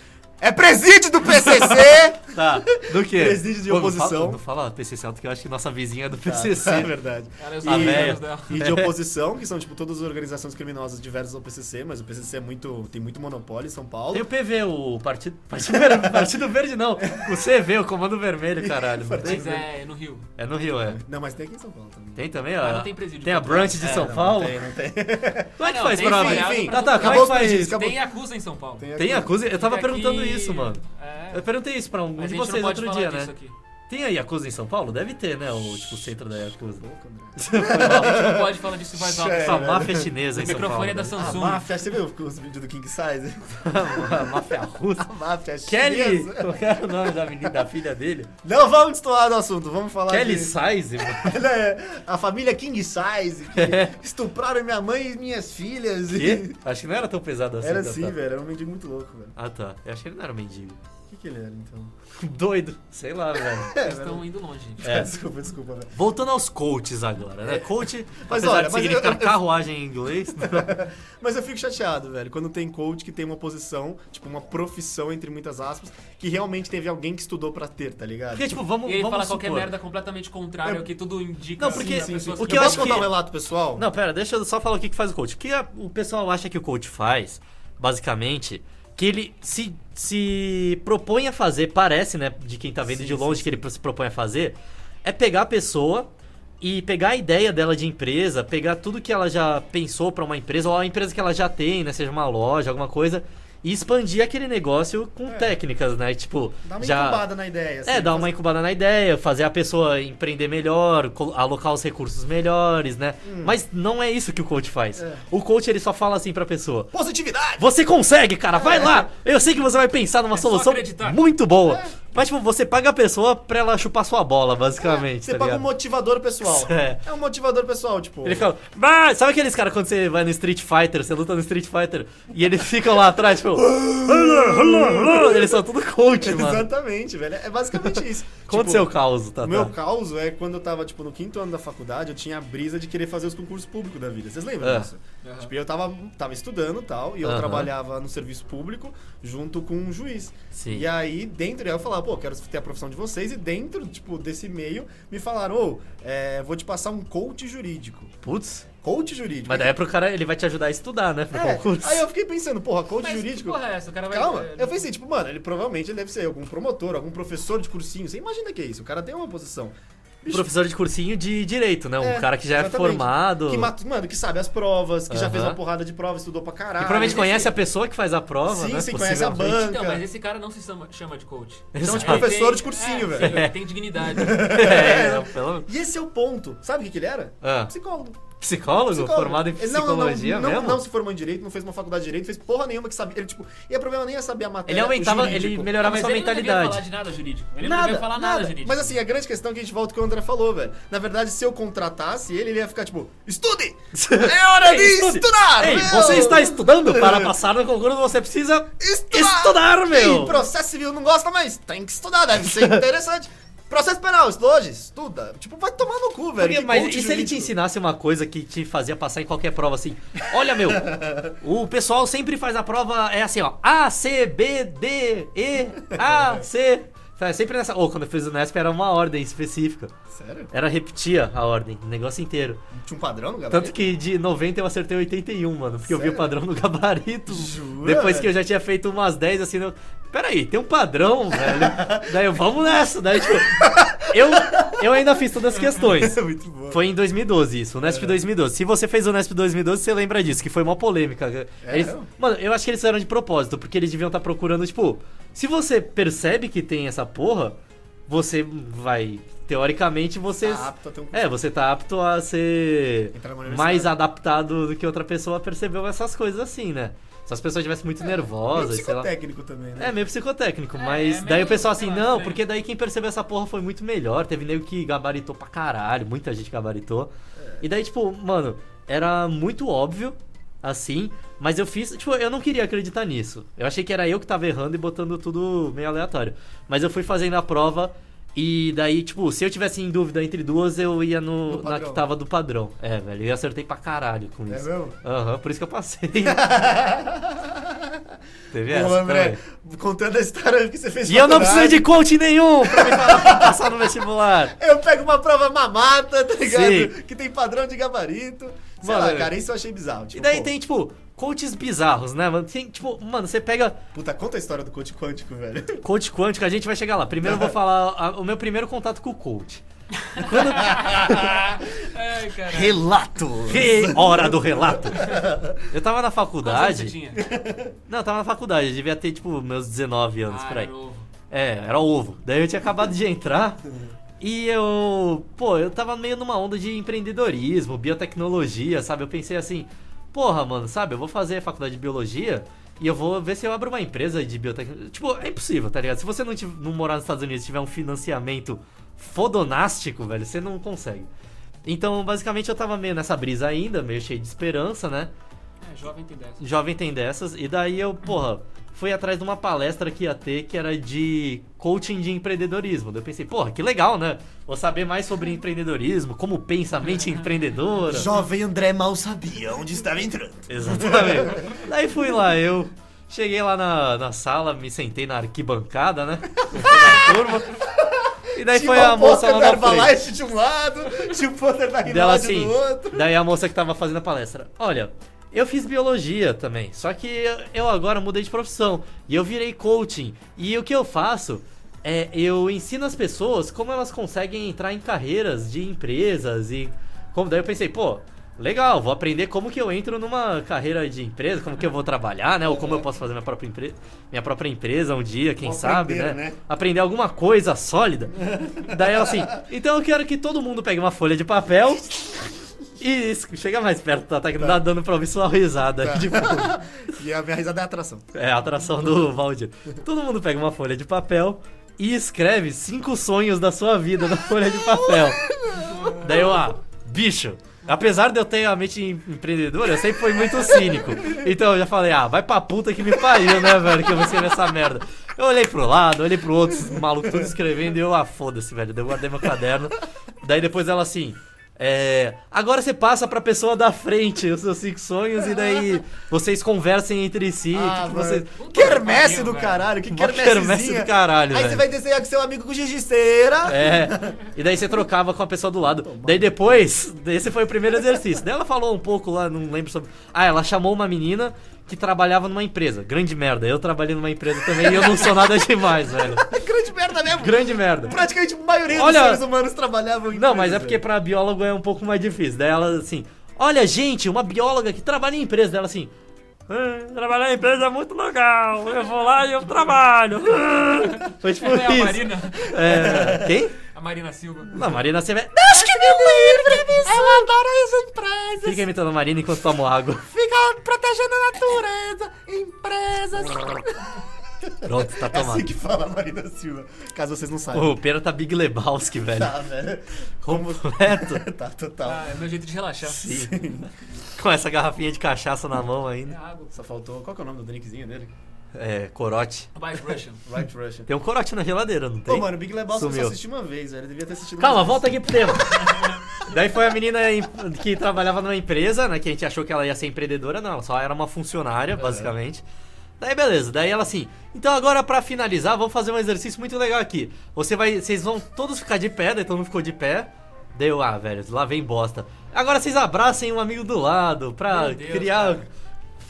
É presídio do PCC!
Tá, do quê?
Presídio de
Pô, não
oposição.
fala- Não fala, PCC alto, que eu acho que nossa vizinha é do PCC.
PCC, é verdade.
Ela é
Ah,
os
E-
amigos
véia.
dela.
E de oposição, que são tipo todas as organizações criminosas diversas ao PCC, mas o PCC é muito, tem muito monopólio em São Paulo.
Tem o PV, o Partido, partido, Ver- Partido Verde, não. O CV, o Comando Vermelho, caralho. não tem?
Mas é no Rio.
É no Rio, é.
Não, mas tem aqui em São Paulo também.
Tem também,
Mas
ó.
não tem presídio.
a Branch de
É,
São
não,
Paulo.
Não tem, não tem.
Como é que
Ah, não,
faz
tem
pra...
filiado
Enfim,
Tá, tá, como é
acabou
que
os pedidos,
faz...
acabou.
Tem acusa em São Paulo.
Tem acusa? Eu tava
Fica
perguntando
aqui-
isso, mano.
É.
Eu perguntei isso pra um
Mas
de
a gente
vocês
não pode
outro dia,
falar
né?
disso aqui.
Tem aí acusa em São Paulo? Deve ter, né? O tipo, centro da acusa.
Pouco, André.
A gente não pode falar disso mais alto.
É,
Essa
né?
máfia chinesa
O
em São Paulo.
microfone é da
né?
A
Samsung.
máfia, você viu os vídeos do King Size?
A máfia russa.
A máfia
Kelly,
chinesa.
qual era o nome da menina, da filha dele?
Não vamos destoar do assunto, vamos falar
Kelly
de...
Size, mano.
Ela é a família King Size, que
É.
estupraram minha mãe e minhas filhas.
Quê? Acho que não era tão pesado assim.
Era
tá,
assim,
tá.
velho, era um mendigo muito louco, velho.
Ah, tá. Eu achei que ele não era um mendigo.
O que, que ele era, então?
Doido. Sei lá, velho.
É,
Eles estão indo longe, gente.
É.
Desculpa, desculpa, velho.
Voltando aos coaches agora, né? Coach,
Mas
apesar
olha,
de
mas eu-
significar
eu- eu-
carruagem em inglês, né?
Mas eu fico chateado, velho, quando tem coach que tem uma posição, tipo, uma profissão, entre muitas aspas, que realmente teve alguém que estudou pra ter, tá ligado?
porque, tipo, vamos,
E aí
vamos
fala
supor...
qualquer merda completamente contrária ao que tudo indica.
Não, porque-
assim, da pessoa
o
que
que eu
posso
acho que-
contar um relato pessoal?
Não, pera, deixa eu só falar o que, que faz o coach. O que a- o pessoal acha que o coach faz, basicamente, que ele se, se propõe a fazer, parece, né, de quem tá vendo
Sim,
de longe que ele se propõe a fazer, é pegar a pessoa e pegar a ideia dela de empresa, pegar tudo que ela já pensou pra uma empresa, ou a empresa que ela já tem, né, seja uma loja, alguma coisa, e expandir aquele negócio com
É.
técnicas, né, tipo...
Dá uma
já...
incubada na ideia, assim.
É, dar uma
faz-
incubada na ideia, fazer a pessoa empreender melhor, col- alocar os recursos melhores, né? Mas não é isso que o coach faz.
Hum. É.
O coach ele só fala assim pra pessoa:
Positividade!
Você consegue, cara, vai lá!
É.
Eu sei que você vai pensar numa
É só
solução
acreditar."
muito boa. Mas, tipo, você paga a pessoa pra ela chupar sua bola, basicamente.
Você
tá
paga um
ligado?
motivador pessoal.
É.
um motivador pessoal, tipo...
Ele fica, "Bah!" sabe aqueles caras quando você vai no Street Fighter, você luta no Street Fighter, e eles ficam lá atrás, tipo, eles são tudo coach, mano.
Exatamente, velho. É basicamente isso.
Conta
Tipo,
seu caos, tá?
O meu caos é quando eu tava, tipo, no quinto ano da faculdade, eu tinha a brisa de querer fazer os concursos públicos da vida. Vocês lembram
É.
disso? Tipo, eu tava, tava estudando e tal, e eu
Aham.
trabalhava no serviço público junto com um juiz.
Sim.
E aí, dentro, eu falava, pô, quero ter a profissão de vocês, e dentro, tipo, desse meio, me falaram, ô, é, vou te passar um coach jurídico.
Putz.
Coach jurídico.
Mas daí é pro cara, ele vai te ajudar a estudar, né? Pro
É,
concurso.
Aí eu fiquei pensando, porra, coach
Mas que
jurídico.
porra é essa? O cara vai...
Calma, eu pensei, tipo, mano, ele provavelmente ele deve ser algum promotor, algum professor de cursinho. Você imagina que é isso? O cara tem uma posição. Bicho,
Professor de cursinho de direito, né? Um
É,
cara que já é
exatamente.
formado.
Que, mata- mano, que sabe as provas, que já
Aham.
fez uma porrada de prova, estudou pra
E
caralho.
provavelmente conhece a pessoa que faz a prova,
Ah, é Sim,
né?
sim, conhece a
possivelmente.
banca.
Então, mas esse cara não se chama, chama de coach.
Então,
Exato.
tipo, professor
Ele
de cursinho,
é,
velho.
sim, ele tem dignidade.
É, não, pelo-
E esse é o ponto. Sabe o que, que ele era?
Ah,
Psicólogo.
psicólogo?
Psicólogo.
Formado em
Ele não-
psicologia
não, não,
mesmo?
Não, não se formou em direito, não fez uma faculdade de direito, fez porra nenhuma que sabia. Ele, tipo, e o problema nem é saber a matéria.
ele aumentava,
o jurídico. Ah,
ele
Não,
melhorava
mas
sua
ele não devia falar
mentalidade.
de nada jurídico. Ele não
Nada,
devia falar nada, jurídico.
Mas assim, a grande questão é que a gente volta ao que o André falou, velho. Na verdade, se eu contratasse ele, ele ia ficar tipo, estude! É hora de
Ei, estude!
estudar!
Ei,
meu!
você está estudando para passar no concurso, você precisa
Estudar!
estudar, meu!
Ih, processo civil não gosta, mas tem que estudar, deve ser interessante. processo penal, estuda hoje, estuda. Tipo, vai tomar no cu, velho.
Porque-
que
mas
coach
e se ele
jurídico.
te ensinasse uma coisa que te fazia passar em qualquer prova assim? Olha, meu, o pessoal sempre faz a prova, é assim, ó. A, C, B, D, E, A, C. É sempre nessa. Ou quando eu fiz o Nesp era uma ordem específica.
Sério?
Era repetia a ordem, o negócio inteiro.
Tinha um padrão no
Tanto
gabarito?
que de 90 eu acertei 81, mano, porque eu vi
Sério?
o padrão no gabarito.
Jura,
Depois que eu
velho?
já tinha feito umas 10, assim, eu. Peraí, tem um padrão, velho. Daí eu, vamos nessa. Daí, tipo, eu, eu ainda fiz todas as questões.
É Muito Tá bom.
Foi em 2012 isso, o
É.
Nesp 2012. Se você fez o Nesp 2012, você lembra disso, que foi uma polêmica.
É?
Eles- mano, eu acho que eles fizeram de propósito, porque eles deviam estar procurando, tipo, se você percebe que tem essa porra, você vai. Teoricamente, você.
Tá apto a ter um curso.
É, você tá apto a ser
Entrar numa
mais
universidade.
adaptado do que outra pessoa percebeu essas coisas assim, né? Se as pessoas estivessem
É,
muito nervosas,
Meio
sei lá.
psicotécnico também, né?
É, meio psicotécnico,
É,
mas
é
daí
meio,
o pessoal assim,
sei lá,
não,
estranho.
porque daí quem percebeu essa porra foi muito melhor, teve nego que gabaritou pra caralho, muita gente gabaritou.
É.
E daí, tipo, mano, era muito óbvio, assim, mas eu fiz, tipo, eu não queria acreditar nisso. Eu achei que era eu que tava errando e botando tudo meio aleatório. Mas eu fui fazendo a prova e daí, tipo, se eu tivesse em dúvida entre duas, eu ia no, na
No
que
padrão.
tava do padrão. É, velho, eu acertei pra caralho com
É
isso.
mesmo?
Aham, por isso que eu passei. Teve
Bom,
essa,
André,
também.
contando a história que você fez
E eu não
faculdade,
preciso de coach nenhum pra me falar pra passar no vestibular.
Eu pego uma prova mamata, tá ligado?
Sim.
Que tem padrão de gabarito. Sei
Mano,
lá,
é.
cara, isso eu achei bizarro. Tipo,
E daí
pô,
tem, tipo, coaches bizarros, né, mano? Tem, tipo, mano, você pega
Puta, conta a história do coach quântico, velho.
coach quântico, a gente vai chegar lá. Primeiro eu vou falar a- o meu primeiro contato com o coach. Quando...
Ai, cara.
Relato!
Re- Hora do relato. Eu tava na
Quantos anos você
faculdade.
tinha?
Não, eu tava na faculdade, eu devia ter, tipo, meus 19 anos
Ah,
por aí.
era novo.
É, era ovo. Daí eu tinha acabado de entrar. E eu, pô, eu tava meio numa onda de empreendedorismo, biotecnologia, sabe? Eu pensei assim, porra, mano, sabe? Eu vou fazer a faculdade de biologia e eu vou ver se eu abro uma empresa de biotecnologia. Tipo, é impossível, tá ligado? Se você não, tiv- não morar nos Estados Unidos e tiver um financiamento fodonástico, velho, você não consegue. Então, basicamente, eu tava meio nessa brisa ainda, meio cheio de esperança, né?
É, jovem tem dessa.
Jovem tem dessas. E daí eu, porra, fui atrás de uma palestra que ia ter que era de coaching de empreendedorismo. Daí eu pensei, porra, que legal, né? Vou saber mais sobre empreendedorismo, como pensa a mente empreendedora.
Jovem André mal sabia onde estava entrando.
Exatamente. daí fui lá, eu cheguei lá na, na sala, me sentei na arquibancada, né? Na turma. E daí foi
uma
a moça lá
boca da
na frente.
Herbalife de um lado, tinha o poder da
Dela
Rinaldi
assim.
do outro.
Daí a moça que tava fazendo a palestra. Olha, eu fiz biologia também, só que eu- eu agora mudei de profissão e eu virei coaching. E o que eu faço é eu ensino as pessoas como elas conseguem entrar em carreiras de empresas e como daí eu pensei, pô, legal, vou aprender como que eu entro numa carreira de empresa, como que eu vou trabalhar, né? Ou como eu posso fazer minha própria empresa, minha própria empresa um dia, quem
Vou
sabe,
aprender,
né?
né?
Aprender alguma coisa sólida. Daí ela assim, então eu quero que todo mundo pegue uma folha de papel e es- chega mais perto, tá? tá que não dá dando pra ouvir sua risada.
Tá.
Tipo,
E a minha risada é atração.
é a atração do Valdir. Todo mundo pega uma folha de papel e escreve cinco sonhos da sua vida na folha de papel. Daí eu, ah, bicho. Apesar de eu ter a mente em- empreendedora, eu sempre fui muito cínico. Então eu já falei, ah, vai pra puta que me pariu, né, velho, que eu vou escrever essa merda. Eu olhei pro lado, olhei pro outro, os malucos tudo escrevendo, e eu, ah, foda-se, velho. Daí eu guardei meu caderno. Daí depois ela assim, é, agora você passa pra pessoa da frente os seus cinco sonhos e daí vocês conversem entre si. o
Ah,
que que
mano.
vocês...
Quermesse
Pariu,
do
velho.
caralho, que
Mó quermesse
quermessezinha.
do caralho,
Aí
velho.
você vai desenhar com seu amigo com gigiceira.
É. E daí você trocava com a pessoa do lado. Daí depois, esse foi o primeiro exercício. Daí ela falou um pouco lá, não lembro sobre. Ah, ela chamou uma menina que trabalhava numa empresa. Grande merda. Eu trabalhei numa empresa também e eu não sou nada demais, velho.
É Grande merda mesmo.
Grande merda.
Praticamente a maioria
Olha-
dos seres humanos trabalhavam em
Não, mas é porque
empresa.
pra biólogo é um pouco mais difícil. Daí ela assim, olha gente, uma bióloga que trabalha em empresa. Daí ela assim, "Ah, trabalhar em empresa é muito legal. Eu vou lá e eu trabalho. Ah." Foi tipo
É a
isso.
Marina.
É, quem?
A Marina Silva.
Não, Marina, você vai...
Acho que meu livre, Eu adoro as empresas.
Fica imitando a Marina enquanto tomo água.
Fica protegendo a natureza.
assim-
Empresas.
Pronto, tá
É
tomado.
assim que fala a Marina Silva. Caso vocês não saibam.
O Pera tá Big Lebowski, velho.
Tá, velho.
Completo.
Tá, total.
Ah, é meu jeito de relaxar.
Sim. Com essa garrafinha de cachaça na mão
É
ainda.
água.
Só faltou. Qual que é o nome do drinkzinho dele?
É, corote.
Vai, Russian.
Right Russian.
Tem um corote na geladeira, não
Pô,
tem?
mano, o Big Lebowski eu
Sumiu.
só assisti uma vez, velho. Eu devia ter assistido
Calma,
mais
volta aqui pro tema. Daí foi a menina em- que trabalhava numa empresa, né? Que a gente achou que ela ia ser empreendedora, não, ela só era uma funcionária, basicamente. Daí beleza, daí ela assim, então agora pra finalizar, vamos fazer um exercício muito legal aqui. Você vai, vocês vão todos ficar de pé, daí todo mundo ficou de pé. Deu, ah, velho, lá vem bosta. Agora vocês abracem um amigo do lado pra
Meu Deus,
criar
cara.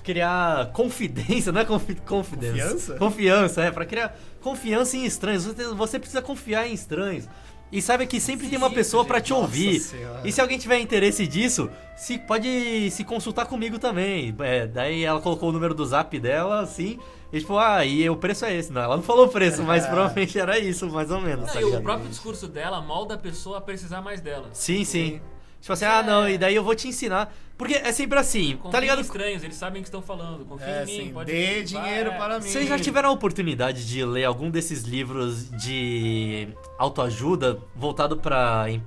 criar confidência, não é confi confidência.
Confiança?
Confiança, é, pra criar confiança em estranhos. Você, você precisa confiar em estranhos. E saiba que sempre tem uma pessoa pra te
Nossa
ouvir.
Senhora.
E se alguém tiver interesse disso, se pode se consultar comigo também. É, daí ela colocou o número do zap dela, assim. E tipo, ah, e o preço é esse. Não, ela não falou o preço,
É.
mas provavelmente era isso, mais ou menos. tá
e o
ligado?
próprio discurso dela molda a pessoa a precisar mais dela.
Sim, sim. Tipo assim, ah, não, e daí eu vou te ensinar. Porque é sempre assim,
Confia
tá ligado?
em estranhos, eles sabem o que estão falando. Confia
É,
em mim,
sim.
pode
Dê dinheiro
Vai. é.
para mim.
Vocês já tiveram a oportunidade de ler algum desses livros de autoajuda voltado pra em-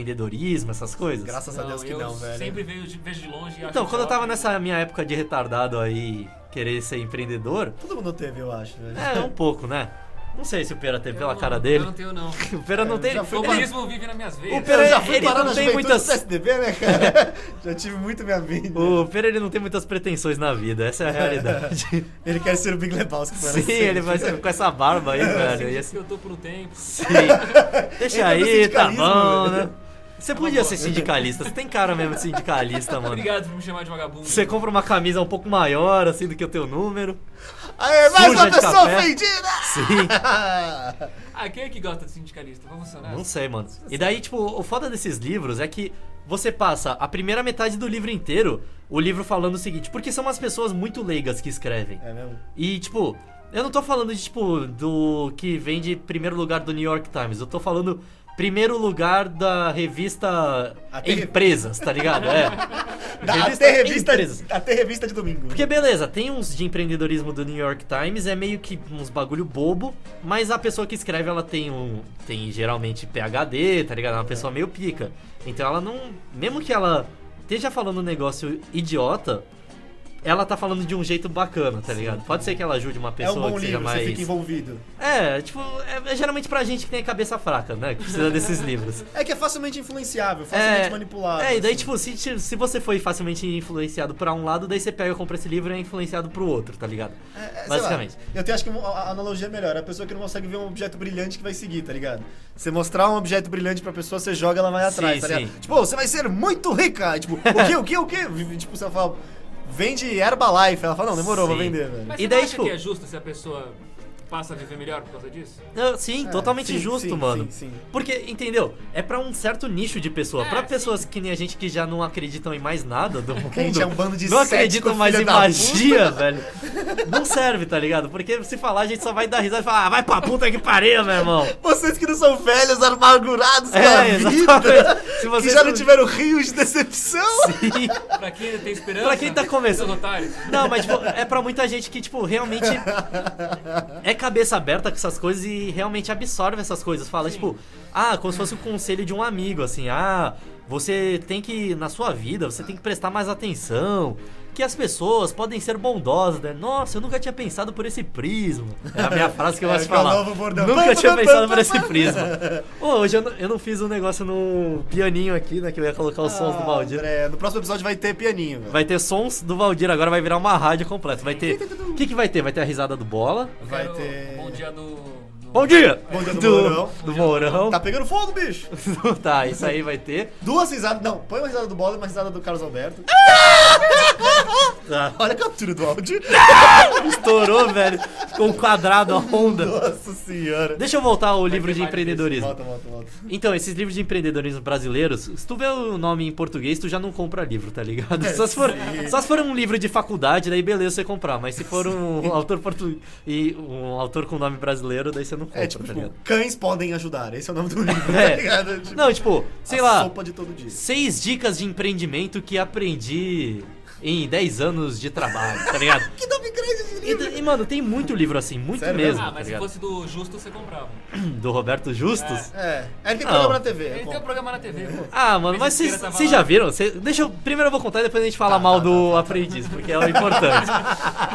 empreendedorismo, essas coisas?
Graças a Deus que
eu
não, velho.
Sempre vejo de, vejo de longe e acho
Então, quando eu
idiota.
tava nessa minha época de retardado aí, querer ser empreendedor,
Todo mundo teve, eu acho, velho.
é um pouco, né? Não sei se o Pera teve
Eu
pela
não-
cara
Eu
dele.
não tenho, não.
O Pera não
Eu
tem.
já
O
fui
ele-
globalismo vive nas minhas veias.
O Pera,
eu já fui
ele
parar
não
na
tem
juventude
muitas-
do SDB, né, cara? já tive muito minha vida.
O Pera ele não tem muitas pretensões na vida, essa é a realidade.
Ele quer ser o Big Lebowski. mano,
Sim, ele vai ser com essa barba
É.
aí, velho. ia
Assim,
ser-
que eu tô por um tempo.
Sim. Deixa
Entra no
aí, tá
sindicalismo,
bom,
velho.
né? Você podia ser sindicalista, você tem cara mesmo de sindicalista, mano.
Obrigado por me chamar de vagabundo.
Você compra uma camisa um pouco maior, assim, do que o teu número.
Aê, mais
Suja
uma
de
pessoa
café.
ofendida!
Sim.
Ah, quem é que gosta de sindicalista? Vamos
Ah,
funcionar?
Não sei, mano. E daí, tipo, o foda desses livros é que você passa a primeira metade do livro inteiro, o livro falando o seguinte, porque são umas pessoas muito leigas que escrevem.
é mesmo?
E, tipo, eu não tô falando de, tipo, do que vem de primeiro lugar do New York Times. Eu tô falando primeiro lugar da revista
Até-
Empresas, tá ligado? É.
Da- até, revista,
Empresas.
até revista de domingo.
Porque beleza, tem uns de empreendedorismo do New York Times, é meio que uns bagulho bobo, mas a pessoa que escreve ela tem um tem geralmente PhD, tá ligado? É uma pessoa meio pica. Então ela não, mesmo que ela esteja falando um negócio idiota, ela tá falando de um jeito bacana, tá ligado? Pode ser que ela ajude uma
é um
pessoa
bom
que seja
livro,
mais
você fica envolvido.
É, tipo, é, é geralmente pra gente que tem a cabeça fraca, né, que precisa desses livros.
É que é facilmente influenciável, facilmente
É,
manipulado.
É, e daí,
assim.
tipo, se, te- se você foi facilmente influenciado pra um lado, daí você pega, compra esse livro e é influenciado pro outro, tá ligado?
É, é, sei lá.
basicamente.
eu tenho, acho que uma- a a analogia é melhor. É a pessoa que não consegue ver um objeto brilhante que vai seguir, tá ligado? Você mostrar um objeto brilhante pra pessoa, você joga, ela vai
Sim,
atrás, tá
sim.
ligado? Tipo, "Oh, você vai ser muito rica! Aí, Tipo, o quê, o quê, o quê? V- Tipo, você fala, vende Herbalife. Ela fala, não, demorou, vou
Sim.
vender, velho.
Mas
E
você
daí,
não acha
tipo-
que é justo se a pessoa passa a viver melhor por causa disso?
Ah, Sim,
É,
totalmente
sim,
justo,
sim,
mano.
Sim, sim.
Porque, entendeu? É pra um certo nicho de pessoa.
É,
pra
sim.
pessoas que nem a gente que já não acreditam em mais nada do mundo.
Que a gente é um bando de
não
cético,
acreditam mais
filha
em
da puta.
magia, velho. Não serve, tá ligado? Porque se falar, a gente só vai dar risada e falar, ah, vai pra puta que pariu, meu irmão.
Vocês que não são velhos, amargurados pela
É,
vida,
exatamente. Se
que
vocês
já não
não-
tiveram rios de decepção.
Sim.
Pra quem ainda tem esperança?
Pra quem tá começando.
Seus otários.
Não, mas tipo, é pra muita gente que, tipo, realmente é cabeça aberta com essas coisas e realmente absorve essas coisas. Fala,
Sim.
tipo, ah, como se fosse o conselho de um amigo, assim, ah, você tem que, na sua vida, você tem que prestar mais atenção. Que as pessoas podem ser bondosas, né? Nossa, eu nunca tinha pensado por esse prisma. É a minha frase que eu
É,
gosto de
que é o
falar.
novo bordão.
Nunca tinha pensado por esse prisma. Ô, hoje eu não, eu não fiz um negócio no pianinho aqui, né? Que eu ia colocar os sons do
Ah,
né? Valdir.
André, no próximo episódio vai ter pianinho. velho.
Vai ter sons do Valdir, agora vai virar uma rádio completa. Vai ter. O que, que vai ter? Vai ter a risada do Bola.
Eu
Vai
quero um
ter-
Bom dia do... do-
Bom dia!
Bom dia do Mourão.
Do Mourão.
Tá pegando fogo, bicho.
Tá, isso aí vai ter.
Duas risadas. Não, põe uma risada do Bola e uma risada do Carlos Alberto.
Tá.
Olha a captura do áudio.
Estourou, velho. Ficou um quadrado a onda.
Nossa senhora.
Deixa eu voltar ao livro
ter
de
vários
empreendedorismo.
Volta, volta, volta.
Então, esses livros de empreendedorismo brasileiros, se tu vê o nome em português, tu já não compra livro, tá ligado?
É,
Só se for, só se for um livro de faculdade, daí beleza você comprar. Mas se for um autor português e um autor com nome brasileiro, daí você não compra,
É tipo,
tá
tipo,
ligado?
cães podem ajudar. Esse é o nome do livro,
É.
tá ligado? Tipo,
Não, tipo, sei
a
lá.
sopa de todo dia.
Seis dicas de empreendimento que aprendi em 10 anos de trabalho, tá ligado?
Que nome grande de
E,
livro.
e, mano, tem muito livro assim, muito
Sério
mesmo,
Ah,
tá
mas se
ligado?
fosse do Justo, você comprava.
Do Roberto Justus?
É, é, ele tem
Ah, Não.
programa na TV. é
Ele
bom.
tem um programa na TV, pô.
Ah, mano, mas
Mentira,
vocês
tá
tava
vocês
lá.
já viram? Cê- deixa eu, primeiro eu vou contar e depois a gente fala mal do
tá.
aprendiz, porque é o importante.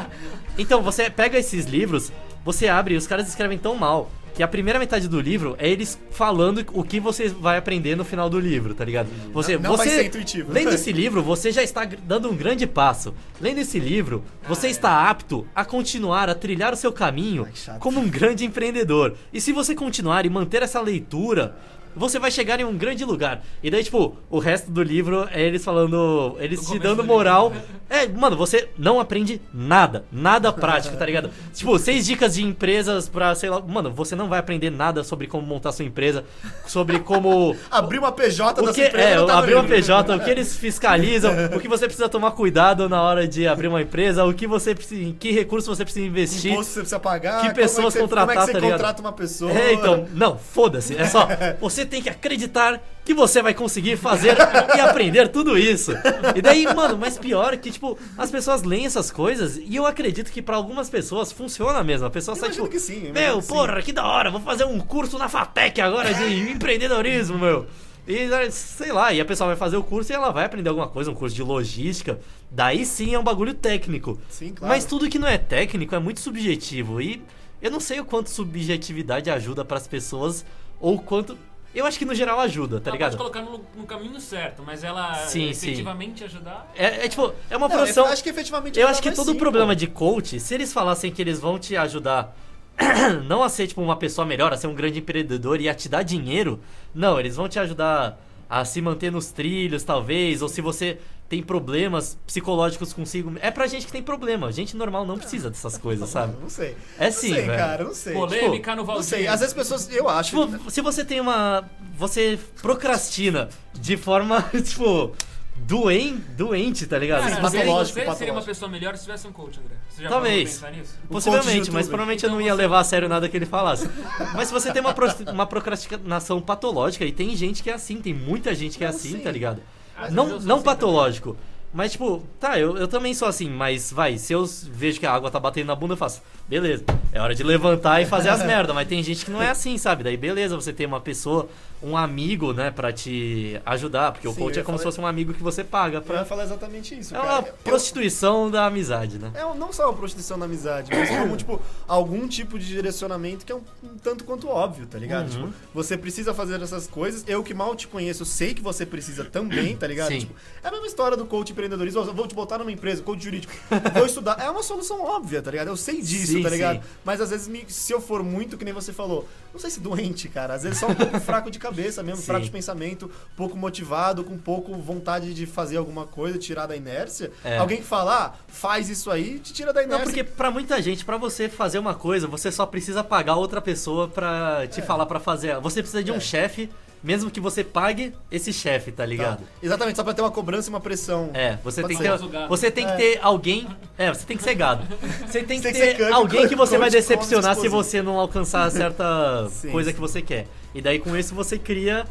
então, você pega esses livros, você abre e os caras escrevem tão mal que a primeira metade do livro é eles falando o que você vai aprender no final do livro, tá ligado? Você,
Uhum. não vai
você-
ser intuitivo.
Lendo esse livro, você já está gr- dando um grande passo. Lendo esse livro, você está apto a continuar a trilhar o seu caminho
Ai, chato.
como um grande empreendedor. E se você continuar e manter essa leitura, você vai chegar em um grande lugar. E daí, tipo, o resto do livro é eles falando, eles
Do
te
começo
dando
do
moral É, mano, você não aprende nada. Nada prático, tá ligado? tipo, seis dicas de empresas pra, sei lá. Mano, você não vai aprender nada sobre como montar sua empresa, sobre como.
Abrir uma PJ
O
da
que
sua empresa
é,
não tá no
abrir uma
livro.
PJ, o que eles fiscalizam, o que você precisa tomar cuidado na hora de abrir uma empresa, o que você precisa, em que recurso você precisa investir.
Imposto você precisa pagar.
que
como é
pessoas
você- Como é
contratar,
que
tá
você
ligado?
contrata uma pessoa?
É, então, não, foda-se. É só, você tem que acreditar que você vai conseguir fazer e aprender tudo isso. E daí, mano, mas pior que, tipo, as pessoas leem essas coisas e eu acredito que pra algumas pessoas funciona mesmo. A pessoa sai,
Imagino
tipo,
que sim. imagino
meu,
que sim.
porra, que da hora, vou fazer um curso na FATEC agora de empreendedorismo, meu. E né, sei lá, e a pessoa vai fazer o curso e ela vai aprender alguma coisa, um curso de logística. Daí sim é um bagulho técnico.
Sim, claro.
Mas tudo que não é técnico é muito subjetivo. E eu não sei o quanto subjetividade ajuda pras pessoas, ou quanto. Eu acho que no geral ajuda, tá
ela
ligado?
pode colocar no, no caminho certo, mas ela
Sim, sim.
efetivamente ajudar.
É, é tipo, é uma
Não,
profissão.
eu acho que efetivamente
Eu
ela
acho que é
vai
todo
sim,
problema
pô.
de coach, se eles falassem que eles vão te ajudar não a ser tipo uma pessoa melhor, a ser um grande empreendedor e a te dar dinheiro, não, eles vão te ajudar a se manter nos trilhos, talvez, ou se você tem problemas psicológicos consigo. É pra gente que tem problema, gente normal não precisa dessas coisas, sabe?
Não sei.
É
não
sim,
sei,
velho.
cara, não sei.
Polêmica no
tipo, Não
Valdir.
sei, às vezes as pessoas, eu acho, que-
Tipo, se você tem uma. Você procrastina de forma, tipo, doen- doente, tá ligado?
Cara,
Mas-
você,
patológico,
você seria uma
patológico.
pessoa melhor se tivesse um coach, André. Você já
Talvez.
parou pra pensar nisso?
coach
Possivelmente,
Um do
mas
youtuber.
provavelmente eu não
Então
ia
você-
levar a sério nada que ele falasse. Mas se você tem uma, pro- uma procrastinação patológica, e tem gente que é assim, tem muita gente que é
Eu
assim,
sei. Ah,
tá ligado?
Às
Não,
vezes eu sou
não
assim
patológico. Mas, tipo, tá, eu, eu também sou assim, mas vai, se eu vejo que a água tá batendo na bunda, eu faço, beleza, é hora de levantar e fazer as merdas. Mas tem gente que não é assim, sabe? Daí, beleza, você tem uma pessoa, um amigo, né, pra te ajudar, porque o
Sim,
coach
eu
é como se
falei-
fosse um amigo que você paga
eu ia
pra.
falar exatamente isso,
É
cara.
uma
Eu-
prostituição da amizade, né?
É um- não só uma prostituição na amizade, mas como, tipo, algum tipo de direcionamento que é um, um tanto quanto óbvio, tá ligado?
Uhum.
Tipo, você precisa fazer essas coisas. Eu que mal te conheço, sei que você precisa também, tá ligado?
Sim.
Tipo, é a mesma história do coach empreendedorismo. Eu vou te botar numa empresa, coach jurídico, vou estudar. É uma solução óbvia, tá ligado? Eu sei disso,
Sim,
tá ligado?
sim.
Mas às vezes, me- se eu for muito, que nem você falou, não sei se doente, cara. Às vezes só um pouco fraco de cabeça mesmo,
Sim.
fraco de pensamento, pouco motivado, com pouco vontade de fazer alguma coisa, tirar da inércia.
É.
Alguém que falar, faz isso aí, te tira da
Não,
inércia.
porque pra muita gente, pra você fazer uma coisa, você só precisa pagar outra pessoa pra te falar pra fazer. Você precisa de um
É.
chefe, mesmo que você pague esse chefe, tá
Tá.
ligado?
Exatamente, só pra ter uma cobrança e uma pressão.
É, você
Pode
tem, que
ser.
ter, você tem que ter alguém. É, você tem que ser gado. Você tem que
Tem que
ter
ser cânico,
alguém que você vai
coach,
decepcionar se
explosivo.
você não alcançar certa
Sim,
coisa
sim.
que você quer. E daí com isso você cria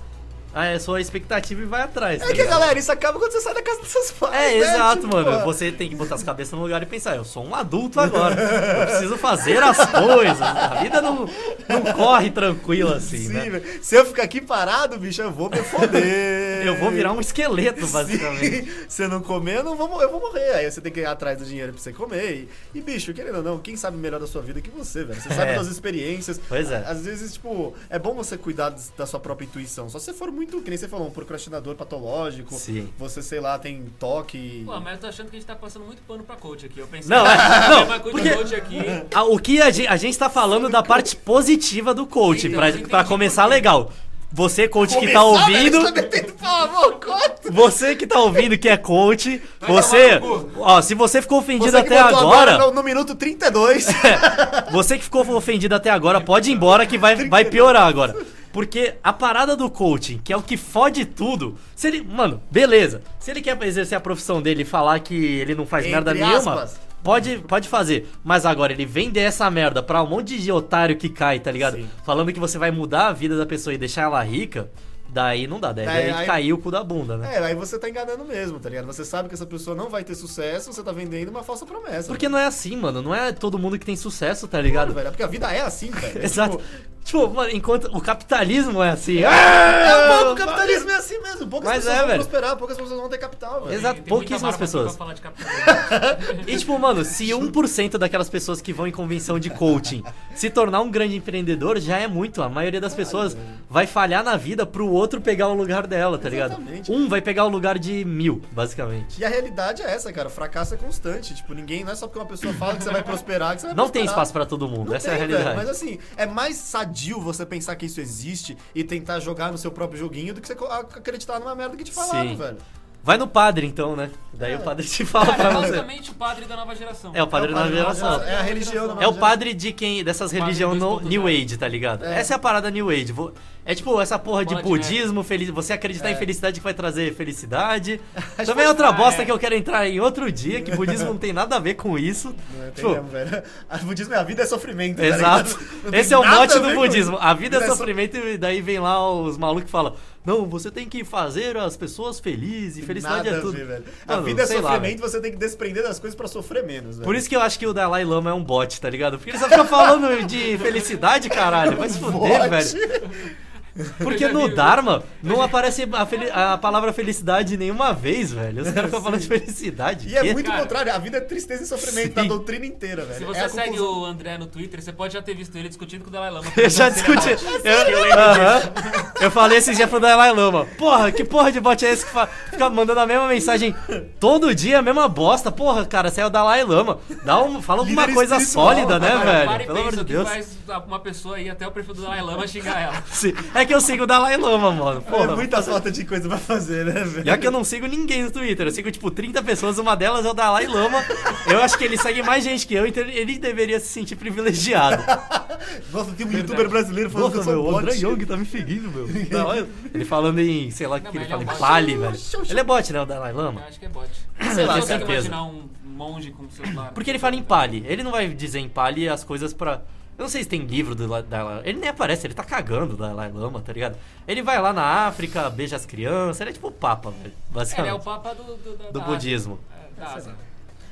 a sua expectativa e vai atrás. tá
É que,
ligado?
galera, isso acaba quando você sai da casa dos seus pais.
É,
né?
exato,
Tipo,
mano.
porra.
Você tem que botar as cabeças no lugar e pensar, eu sou um adulto agora. Eu preciso fazer as coisas. A vida não, não corre tranquila assim,
Sim,
né?
velho. Se eu ficar aqui parado, bicho, eu vou me foder.
Eu vou virar um esqueleto, basicamente.
Sim. Se eu não comer, eu, não vou, mo- eu vou morrer. Aí você tem que ir atrás do dinheiro pra você comer. E, e, bicho, querendo ou não, quem sabe melhor da sua vida que você, velho? Você sabe
É.
das experiências.
Pois é.
À- Às vezes, tipo, é bom você cuidar des- da sua própria intuição. Só se você for muito, que nem você falou, um procrastinador patológico.
Sim.
Você, sei lá, tem toque.
Pô, mas eu tô achando que a gente tá passando muito pano pra coach aqui. Eu pensei
Não, é-
que
não,
vai coach,
porque-
coach aqui.
Ah, O que a gente, a gente tá falando da parte positiva do coach,
Então,
pra,
eu entendi
pra começar
por quê.
legal. Você, coach que tá
Começar, velho,
ouvindo,
você tá metendo pau, amor, conta.
você que tá ouvindo que é coach,
Vai
você.
tomar no cu.
Ó, se você ficou ofendido
Você que
até
botou
agora.
no, no minuto 32.
Você que ficou ofendido até agora, pode ir embora que vai, vai piorar agora. Porque a parada do coaching, que é o que fode tudo, se ele. Mano, beleza. Se ele quer exercer a profissão dele e falar que ele não faz
Entre
merda nenhuma,
aspas.
pode, pode fazer. Mas agora ele vender essa merda pra um monte de otário que cai, tá ligado?
Sim.
Falando que você vai mudar a vida da pessoa e deixar ela rica, daí não dá, daí,
Daí-
daí
aí-
caiu o cu da bunda, né?
É, aí você tá enganando mesmo, tá ligado? Você sabe que essa pessoa não vai ter sucesso, você tá vendendo uma falsa promessa.
Porque não é assim, mano. Não é todo mundo que tem sucesso, tá
Claro,
ligado?
velho, é porque a vida é assim, velho. É
Exato.
tipo,
Tipo, mano, enquanto o capitalismo é assim.
é,
Ah,
o capitalismo é assim mesmo. Poucas
Mas
pessoas
é,
vão
velho.
prosperar, poucas pessoas vão ter capital, velho.
Exato.
muita
pouquíssimas
barba aqui
pessoas.
pra falar de capitalismo.
E tipo, mano, se 1% daquelas pessoas que vão em convenção de coaching se tornar um grande empreendedor, já é muito. A maioria
Ah,
das
é.
pessoas vai falhar na vida pro outro pegar o lugar dela, tá ligado?
Exatamente.
Um vai pegar o lugar de mil, basicamente.
E a realidade é essa, cara. O fracasso é constante. Tipo, ninguém. Não é só porque uma pessoa fala que você vai prosperar que você vai
Não tem
prosperar.
espaço pra todo mundo,
Não
essa
tem,
é a
velho,
realidade.
mas assim, é mais sadio você pensar que isso existe e tentar jogar no seu próprio joguinho do que você co- acreditar numa merda que te falaram,
Sim.
velho.
Vai no padre, então, né? Daí o padre te fala pra
Cara, é
você.
basicamente o padre da nova geração.
É o padre da nova geração.
É a religião da nova
É o padre de quem. dessas
Padre
religiões no
2.0.
New Age, tá ligado?
É.
Essa é a parada New Age. Vo- É tipo essa porra de
Bola de
budismo, feliz, você acreditar em felicidade que vai trazer felicidade. Também é
É. que-
outra
Ah,
bosta
é.
que eu quero entrar em outro dia, que budismo não tem nada a ver com isso.
Não é, tem
Tipo,
mesmo, velho. A budismo é a vida é sofrimento. tá
Exato.
ligado? Não tem
Esse é o
nada
mote
a ver
do
com-
budismo. A vida
Vida
é
é so-
sofrimento e daí vem lá os malucos que falam: "Não, você tem que fazer as pessoas felizes, felicidade
nada
é tudo".
A, ver, velho. a
Mano,
vida é
sei lá,
sofrimento, você tem que desprender das coisas pra sofrer menos, velho.
Por isso que eu acho que o Dalai Lama é um bot, tá ligado? Porque ele só fica falando de felicidade, caralho. Vai se fuder,
Bote.
velho. Porque
Eu já
no
vi-
Dharma não aparece a, fel- a palavra felicidade nenhuma vez, velho. Os caras ficam falando de felicidade.
E é
Quê?
muito
Cara.
contrário, a vida é tristeza e sofrimento
Sim.
da doutrina inteira, velho.
Então, Se
é
você
a
segue
conclusão.
o André no Twitter, você pode já ter visto ele discutindo com o Dalai Lama.
Eu já discuti.
Assim,
Eu, Aham. eu falei esses dias pro Dalai Lama. Porra, que porra de bot é esse que fa- fica mandando a mesma mensagem todo dia, a mesma bosta? Porra, cara, saiu o Dalai Lama. Dá um, fala alguma
Líder
coisa
espiritual,
sólida, né,
Agora, para
velho?
e
Pelo amor
pensa
de
o que
Deus.
faz uma pessoa ir até o perfil do Dalai Lama xingar ela.
Sim. É que eu sigo o Dalai Lama, mano. Porra.
É muita falta de coisa pra fazer, né, velho?
Já que eu não sigo ninguém no Twitter, eu sigo tipo 30 pessoas, uma delas é o Dalai Lama. Eu acho que ele segue mais gente que eu, então ele deveria se sentir privilegiado.
Nossa, tem um youtuber brasileiro falando que eu
Nossa, meu,
sou
o André
bot.
Young tá me seguindo, meu. Da hora. ele falando em, sei lá, o que
Não,
que ele
mas
fala,
ele é
em
bot.
Pali, velho. Ele é bot, né, o Dalai
Eu
Lama?
acho que é bot.
Eu
eu
tenho
não consigo
certeza.
imaginar um monge com celular.
Porque ele fala em Pali, ele não vai dizer em Pali as coisas pra... Eu não sei se tem livro do La- Dalai Lama, ele nem aparece, ele tá cagando o Dalai Lama, tá ligado? Ele vai lá na África, beija as crianças, ele é tipo o Papa, velho,
É, ele é o
basicamente,
papa do... Do, da-
do
da
budismo.
Ásia.
Tá
É, da Ásia.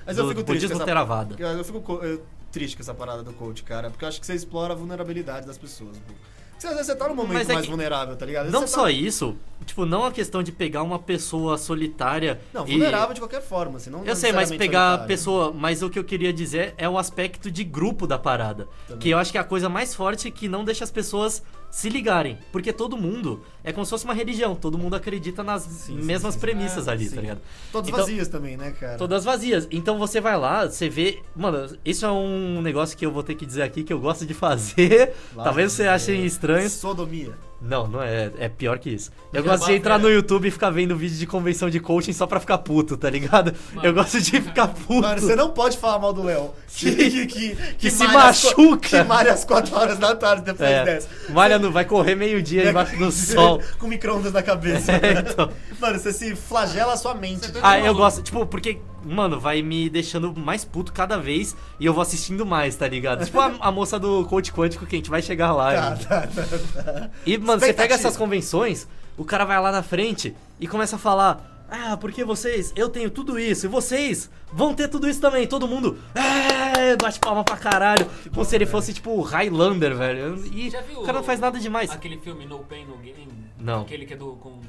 Mas eu
do
fico triste.
budismo
com essa-
Theravada.
Eu fico co- eu- triste com essa parada do coach, cara. Porque eu acho que você explora a vulnerabilidade das pessoas. pô. Você, às vezes você tá num momento
Mas é
mais
que-
vulnerável, tá ligado? Às vezes
Não
você
só
tá...
isso, tipo, não a questão de pegar uma pessoa solitária
Não,
e-
vulnerável de qualquer forma, assim. Não
Eu sei, mas
necessariamente
pegar a
solitário.
pessoa. Mas o que eu queria dizer é o aspecto de grupo da parada.
Também.
Que eu acho que é a coisa mais forte que não deixa as pessoas se ligarem. Porque todo mundo é como se fosse uma religião. Todo mundo acredita nas
Sim, sim,
mesmas
sim, sim.
premissas
Ah,
ali,
sim.
tá ligado?
Todos
Então-
vazios também, né, cara?
Todas vazias. Então você vai lá, você vê. Mano, isso é um negócio que eu vou ter que dizer aqui que eu gosto de fazer.
Lá
Talvez
vem,
você ache
é,
estranho.
Sodomia.
Não, não é. É pior que isso. Eu
Já
gosto de
basta,
entrar
né?
no YouTube e ficar vendo vídeo de convenção de coaching só pra ficar puto, tá ligado?
Mano.
Eu gosto de ficar puto.
Mano, você não pode falar mal do Léo. Que, que, que,
que se
malha às qu-
machuca.
Que malha às 4 horas da tarde depois
É.
dessa.
Malha no, vai correr meio-dia embaixo do sol.
Com micro-ondas na cabeça.
É, então.
Mano, você se flagela a sua mente.
Você tá-
Ah, eu gosto, tipo, porque, mano, vai me deixando mais puto cada vez e eu vou assistindo mais, tá ligado? Tipo a, a moça do coach quântico que a gente vai chegar lá.
Tá,
né?
tá, tá, tá.
E, mano, você pega
Expectativa.
essas convenções, o cara vai lá na frente e começa a falar. Ah, porque vocês, eu tenho tudo isso, e vocês vão ter tudo isso também, todo mundo. É, bate palma pra caralho. Como se ele fosse, tipo, o Highlander, velho. E
Já
o
viu
cara não faz nada demais.
Aquele filme No Pain, No Gain?
Não.
Aquele que é do, com,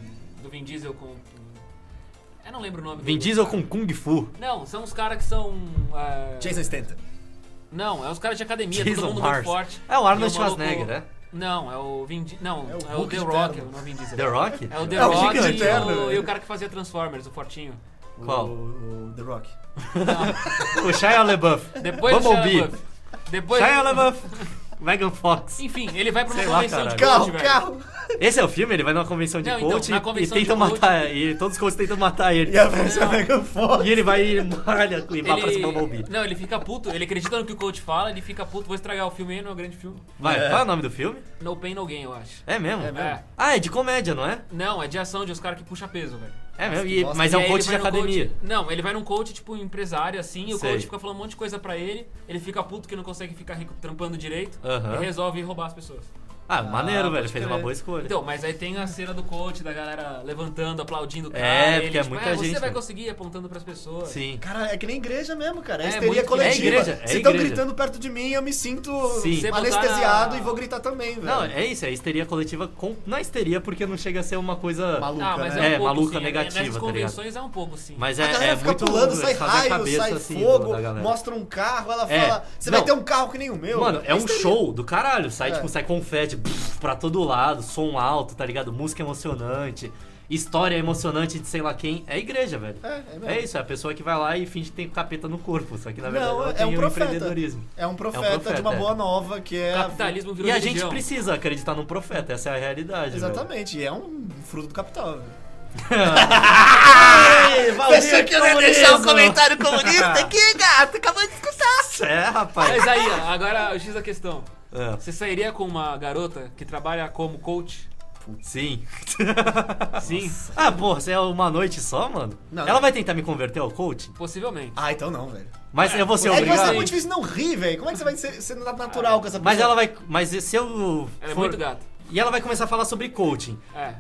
do Vin Diesel com... Eu não lembro o nome do-
Vin Diesel com Kung Fu.
Não, são os caras que são... ah,
Jason Statham.
Não, é os caras de academia,
Jason
todo mundo
Mars.
muito forte.
É o Arnold
E maluco-
Schwarzenegger, né?
Não, é o Vin Di- Não,
É o
é o,
Hulk
The
de
Rock,
terno.
não é o Vin Diesel.
The Rock?
É o The
É o
Rock
gigante
e,
terno,
o,
velho.
e o cara que fazia Transformers, o fortinho.
Qual?
O, o The Rock.
Não,
O Shia LaBeouf.
depois do
Bumblebee.
Shia LaBeouf. Depois...
Shia LaBeouf. Megan Fox.
Enfim, ele vai pra uma
Sei lá,
convenção de
caralho.
Carro,
coach, velho.
carro.
Esse é o filme? Ele vai numa convenção de
Não, então,
coach
na
e-
convenção
e tentam
de coach-
matar ele. Todos os coaches tentam matar ele.
E a versão
Não.
Megan Fox.
E ele vai e malha e vai pra cima do Bumblebee.
Não, ele fica puto, ele acredita no que o coach fala, ele fica puto, vou estragar o filme aí, não é um grande filme.
Vai,
É.
qual é o nome do filme?
No Pain, No Gain, eu acho.
É mesmo?
É mesmo?
É.
Ah, é de comédia, não é?
Não, é de ação de os caras que puxa peso, velho.
É mesmo,
que
e-
bosta.
mas
E
é um
aí
coach de
ele vai no
academia.
coach- não, ele vai num coach, tipo, empresário, assim, e o
Sei.
coach fica falando um monte de coisa pra ele, ele fica puto que não consegue ficar rico trampando direito,
Aham.
e resolve ir roubar as pessoas.
Ah, maneiro,
Ah,
velho.
pode
Fez
crer.
uma boa escolha.
Então, mas aí tem a cena do coach, da galera levantando, aplaudindo o cara.
É,
ele,
porque é
tipo,
muita
Você
gente,
vai
né?
conseguir apontando pras pessoas.
Sim.
Cara, é que nem igreja mesmo, cara. É,
É,
histeria
muito que-
coletiva.
é igreja, é
Se estão
igreja.
gritando perto de mim, eu me sinto
Sim. Você
botar
anestesiado
na-
e vou gritar também, velho.
Não, é isso, é histeria coletiva com. Não é histeria porque não chega a ser uma coisa.
Maluca,
Ah, mas
né?
é, um
É,
pouco,
maluca
sim.
negativa, tá
Nessas
ligado?
convenções é um pouco, sim.
Mas
A
é,
galera
é
fica
muito
pulando, sai
fazer a
raio,
cabeça
sai
assim
fogo,
da galera.
mostra um carro, ela
É.
fala, você
Não.
vai ter um carro que nem o meu.
Mano, é um
Histeria.
show do caralho. Sai,
É.
tipo, sai confete pff, pra todo lado, som alto, tá ligado? Música emocionante, história emocionante de sei lá quem. É igreja, velho.
É, é mesmo.
É, isso, é a pessoa que vai lá e finge que tem capeta no corpo. Só que na
Não,
verdade ela
é
tem
um
um,
profeta.
empreendedorismo.
É um profeta, de
profeta,
uma
é.
boa nova que é.
o
a-
capitalismo virou
E a
religião.
gente precisa acreditar num profeta, essa é a realidade. velho.
Exatamente, e é um fruto do capital. velho.
Ei, Valdir,
Você que vai
comunismo.
deixar um comentário comunista aqui, gato? Acabou de escutar.
É, rapaz.
Mas aí, ó, agora o X da questão.
Ah,
Você sairia com uma garota que trabalha como coach?
sim.
Sim,
Ah, porra, você é uma noite só, mano?
Não,
Ela
não.
vai tentar me converter ao coaching?
possivelmente.
Ah, então não, velho.
Mas eu vou ser
é que vai ser
obrigado.
muito difícil não rir, velho. Como é que você vai ser, ser natural com essa pessoa?
Mas ela vai. Mas se eu.
Ela é
for-
muito gata.
E ela vai começar a falar sobre coaching.
É.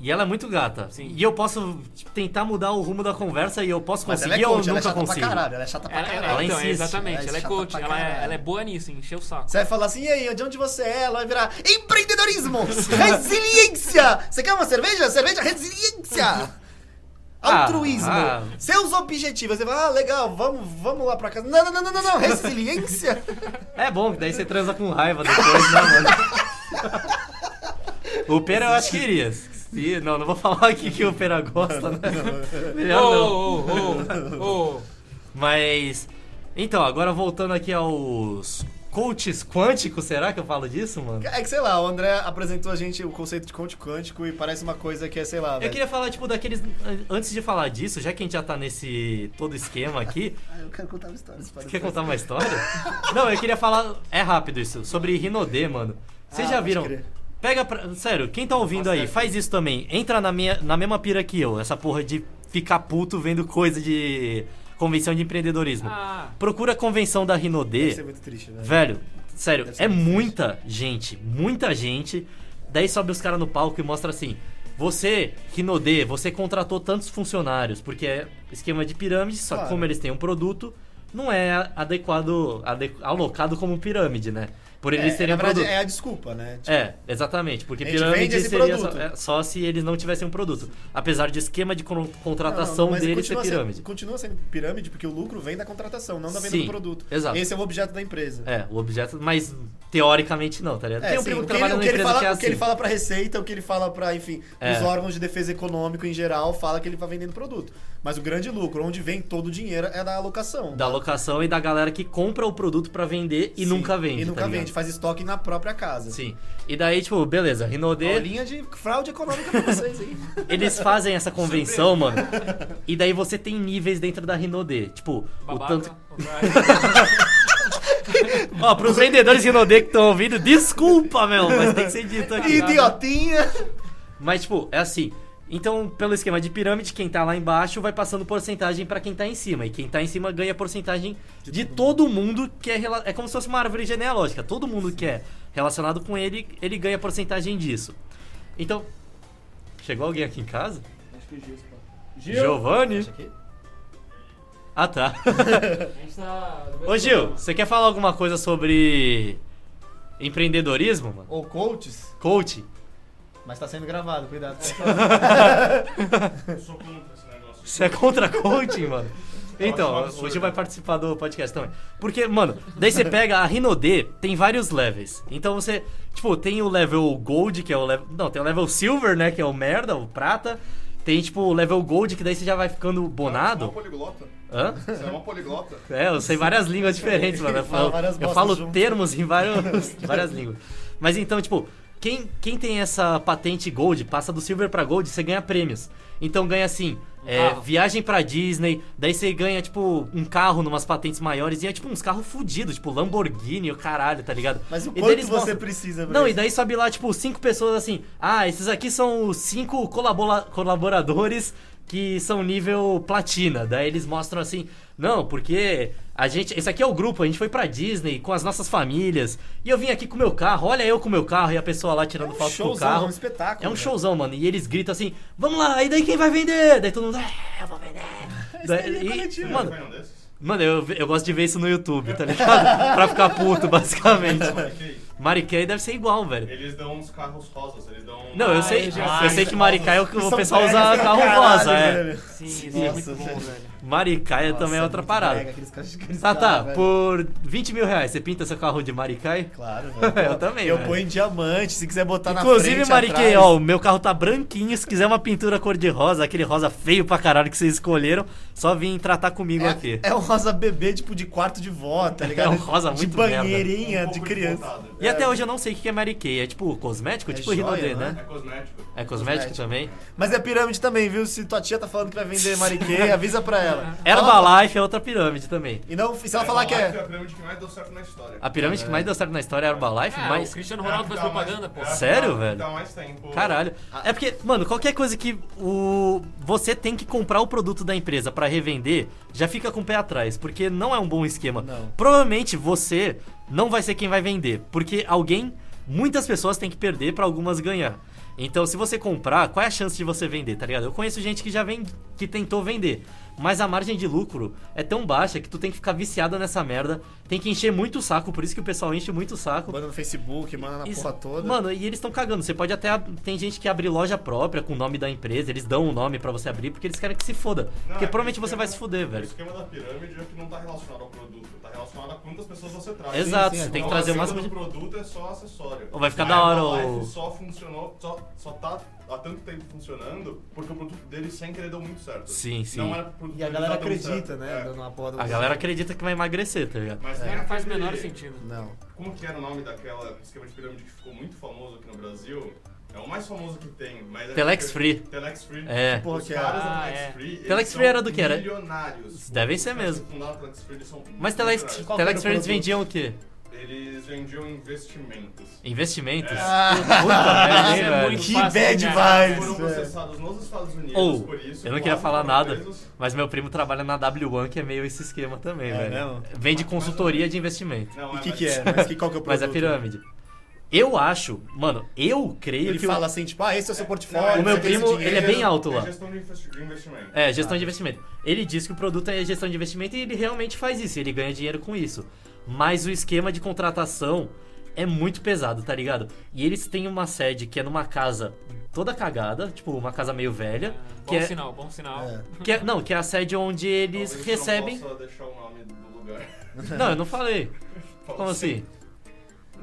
E ela é muito gata.
Sim.
E eu posso tipo, tentar mudar o rumo da conversa e eu posso
Mas
conseguir
ela é coach,
ou
ela é
nunca
chata
consigo.
pra caralho. Ela é
Ah,
chata pra
Ela,
caralho.
ela, então,
insiste.
é exatamente,
Ela é
ela é
chata
coach,
pra
ela é,
caralho.
ela é boa nisso, em encher o saco.
Você vai falar assim, e aí, de onde você é? Ela vai virar empreendedorismo, resiliência. Você quer uma cerveja? Cerveja, resiliência.
Ah,
Altruísmo.
ah.
Seus objetivos. Você fala, ah, legal, vamos, vamos lá pra casa. Não, não, não, não, não, não. Resiliência.
É bom, que daí você transa com raiva depois, né, mano? o Pera eu acho que iria. Se- não, não vou falar aqui que o Pera gosta, né? Melhor não.
Ô, ô, ô, ô.
Mas. Então, agora voltando aqui aos coaches quânticos, será que eu falo disso, mano?
É que, sei lá, o André apresentou a gente o conceito de conte quântico e parece uma coisa que é, sei lá,
Eu
velho.
queria falar, tipo, daqueles. Antes de falar disso, já que a gente já tá nesse todo esquema aqui,
Ah, eu quero contar uma história. esse
você
parece-
quer contar uma história? Não, eu queria falar. É rápido isso, sobre Rinodê, mano. Vocês
Ah,
já
pode
viram?
crer.
Pega pra. Sério, quem tá ouvindo
Nossa,
aí,
é.
faz isso também. Entra na, minha, na mesma pira que eu, essa porra de ficar puto vendo coisa de convenção de empreendedorismo.
Ah,
Procura a convenção da
Deve ser
Rinodê.
é muito triste, velho.
Velho, sério,
Deve ser
é
muito
muita gente, muita gente. Daí sobe os caras no palco e mostra assim: você, Rinodê, você contratou tantos funcionários, porque é esquema de pirâmide, só que
Claro.
como eles têm um produto, não é adequado, ade- alocado como pirâmide, né? Por eles
É,
terem
na
um
verdade,
produto.
é a desculpa, né? Tipo,
É, exatamente, porque
A gente vende
pirâmide
esse
seria só,
produto.
é, só se eles não tivessem um produto. Apesar de esquema de con-
não,
contratação
não, mas
deles ser
continua sendo-
pirâmide.
continua sendo pirâmide porque o lucro vem da contratação, não da venda
Sim,
do produto.
exato.
Esse é o objeto da empresa.
É, o objeto, mas teoricamente não, tá ligado?
É,
Tem um
sim,
primo que
o que ele,
trabalha
o
numa
que ele
empresa
fala,
que é
o que ele
assim.
fala pra Receita, o que ele fala pra, enfim,
É.
os órgãos de defesa econômica em geral, fala que ele vai vendendo produto. Mas o grande lucro, onde vem todo o dinheiro, é da alocação.
Da locação e da galera que compra o produto pra vender e
Sim,
nunca vende.
E nunca
tá ligado?
vende, faz estoque na própria casa.
Sim. E daí, tipo, beleza,
Ó,
Rinodê,
linha de fraude econômica pra vocês, hein?
eles fazem essa convenção, mano. E daí você tem níveis dentro da Rinodê. Tipo, o
babaca.
tanto. Ó, pros vendedores Rinodê que estão ouvindo, desculpa, meu, mas tem que ser dito aqui.
Idiotinha!
Mas, tipo, é assim. Então, pelo esquema de pirâmide, quem tá lá embaixo vai passando porcentagem pra quem tá em cima. E quem tá em cima ganha porcentagem de, todo mundo que é. rela- É como se fosse uma árvore genealógica. Todo mundo que é relacionado com ele, ele ganha porcentagem disso. Então. Chegou alguém aqui em casa?
Acho que o Gilson.
Giovanni? Ah, tá.
A gente tá. no mesmo
Ô, Gil,
programa.
você quer falar alguma coisa sobre. empreendedorismo, mano?
Ou coaches,
Coach?
mas tá sendo gravado, cuidado.
Eu sou contra esse negócio.
Você é contra coaching, mano?
acho um
Então,
absurdo.
hoje vai participar do podcast também. Porque, mano, daí você pega a Rinodê, tem vários levels. Então você, tipo, tem o level Gold, que é o level. Não, tem o level Silver, né? Que é o merda, o prata. Tem, tipo, o level Gold, que daí você já vai ficando
Você é uma
bonado.
poliglota?
Hã?
Você é uma poliglota?
É, eu sei várias línguas diferentes, mano. Eu
Fala
falo,
várias
eu
bostas
falo
junto.
termos em vários, várias línguas. Mas então, tipo, quem, quem tem essa patente Gold, passa do Silver pra Gold, você ganha prêmios. Então ganha assim, é,
carro.
viagem pra Disney, daí você ganha, tipo, um carro numas patentes maiores e é tipo uns carros fudidos, tipo Lamborghini, o caralho, tá ligado?
Mas o
E daí
quanto
eles
você
mostram-
precisa,
Não,
pra
e daí sobe lá, tipo, cinco pessoas assim. Ah, esses aqui são os cinco colabora- colaboradores que são nível platina. Daí eles mostram assim. Não, porque a gente. Esse aqui é o grupo, a gente foi pra Disney com as nossas famílias. E eu vim aqui com o meu carro, olha eu com o meu carro e a pessoa lá tirando
um
foto com o
showzão,
carro.
é um espetáculo,
É um
né?
showzão, mano. E eles gritam assim: vamos lá, e daí quem vai vender? Daí todo mundo. É, eu vou vender.
histeria coletiva.
mano,
Foi um desses?
mano eu, ve- eu gosto de ver isso no YouTube, tá ligado? pra ficar puto, basicamente.
Marquei.
Mariquei deve ser igual, velho.
É Eles dão uns carros rosas, eles dão.
Não, eu
Ah,
sei,
eu já
eu
sei.
sei que Maricá é o que
São
o pessoal
velhas
usa
pra
carro
caralho, né,
rosa, é.
velho.
Sim, isso é
Nossa,
muito bom,
velho.
velho.
Maricaia
Nossa,
também é outra
muito brega
parada.
aqueles cachos que eles
Tá,
davam,
tá,
velho.
por 20 mil reais você pinta seu carro de Maricaia?
Claro, velho.
Eu também,
Eu
velho.
ponho em diamante, se quiser botar Tá na
Inclusive,
frente,
Mariquei,
atrás.
ó, o meu carro tá branquinho. Se quiser uma pintura cor de rosa, aquele rosa feio pra caralho que vocês escolheram, só vim tratar comigo aqui.
É, é um rosa bebê, tipo, de quarto de vó, tá ligado?
um rosa
de
muito
banheirinha,
Um
de
pouco
criança.
voltada.
E até hoje eu não sei o que é Mariquei. É tipo cosmético?
É
tipo
joia,
Rinodê,
né?
né?
É cosmético.
É cosmético,
Cosmético.
também.
Mas é pirâmide também, viu? Se tua tia tá falando que vai vender mariquê, avisa pra ela. Fala-
Herbalife é outra pirâmide também.
E não, se ela falar que
Herbalife
é...
a pirâmide que mais deu certo na história. É
A pirâmide que mais deu certo na história é Herbalife,
Ah,
mas.
o Cristiano Ronaldo fez propaganda, pô.
Sério? velho?
Dá mais tempo.
Caralho. É porque, mano, qualquer coisa que o você tem que comprar o produto da empresa pra revender, já fica com o pé atrás, porque não é um bom esquema.
Não.
Provavelmente você não vai ser quem vai vender, porque alguém, muitas pessoas têm que perder pra algumas ganhar. Então, se você comprar, qual é a chance de você vender, tá ligado? Eu conheço gente que já vende, que tentou vender, mas a margem de lucro é tão baixa que tu tem que ficar viciado nessa merda, tem que encher muito o saco, por isso que o pessoal enche muito o saco.
Manda no Facebook, manda na
Isso.
porra toda.
Mano, e eles estão cagando. Você pode até. ab- Tem gente que abre loja própria com o nome da empresa, eles dão o nome pra você abrir porque eles querem que se foda. porque
é que
provavelmente
o
você vai se
esquema-
fuder,
O
velho.
esquema da pirâmide é que não tá relacionado ao produto, tá relacionado a quantas pessoas você traz.
Exato,
sim,
você
é.
tem que
Então,
trazer o
a
máximo de.
venda do produto é só acessório.
Ou vai ficar
A
da hora o-
Herbalife só funcionou, só, só tá há tanto tempo funcionando porque o produto dele sem querer deu muito certo.
Sim, sim.
Não era pro produto
E a
dele
galera
tá dando
acredita,
certo.
né?
É.
Dando uma porra do-
A galera acredita que vai emagrecer, tá ligado?
Mas
Não
nem
faz o
aquele-
menor sentido.
Não.
Como que era o nome daquela esquema de pirâmide que ficou muito famoso aqui no Brasil? É o mais famoso que tem, mas... é-
Telex Free.
Telex Free.
É.
Porra,
Os
que
caras
é.
da
Ah,
Telex
é.
Free... eles
Telex
são
Free era do que era?
Milionários.
Devem ser
Os caras
mesmo.
que fundaram a Telex Free, eles são
Mas Telex,
milionários.
Qual
Telex
que era o produto?
Friends vendiam o quê?
Eles vendiam investimentos.
Investimentos?
Ah,
Puta merda, hein,
é
velho.
muito-
que
fácil,
bad
né?
Foram
vibes. é.
processados nos Estados Unidos
Ou,
por isso.
eu não queria
quase
falar
foram
nada,
presos.
mas meu primo trabalha na W1, que é meio esse esquema também,
É
velho.
mesmo?
Vende consultoria de investimento.
Não,
E o que
mas-
que é? Mas que, qual que é o produto?
Mas é pirâmide. Eu acho, mano, eu creio
Ele
que. o-
fala assim, tipo, ah, esse é o seu
Não,
portfólio.
O meu
você tem esse
primo,
dinheiro.
ele é bem alto lá.
É gestão de investi- de investimento.
É, gestão de investimento. Ele diz que o produto é gestão de investimento e ele realmente faz isso, ele ganha dinheiro com isso. Mas o esquema de contratação é muito pesado, tá ligado? E eles têm uma sede que é numa casa toda cagada, tipo, uma casa meio velha. Que
Bom
é,
sinal, bom sinal.
É.
que é- não, que é a sede onde eles
Talvez
recebem.
Eu não possa deixar o nome do lugar.
Não, eu não falei. Como assim?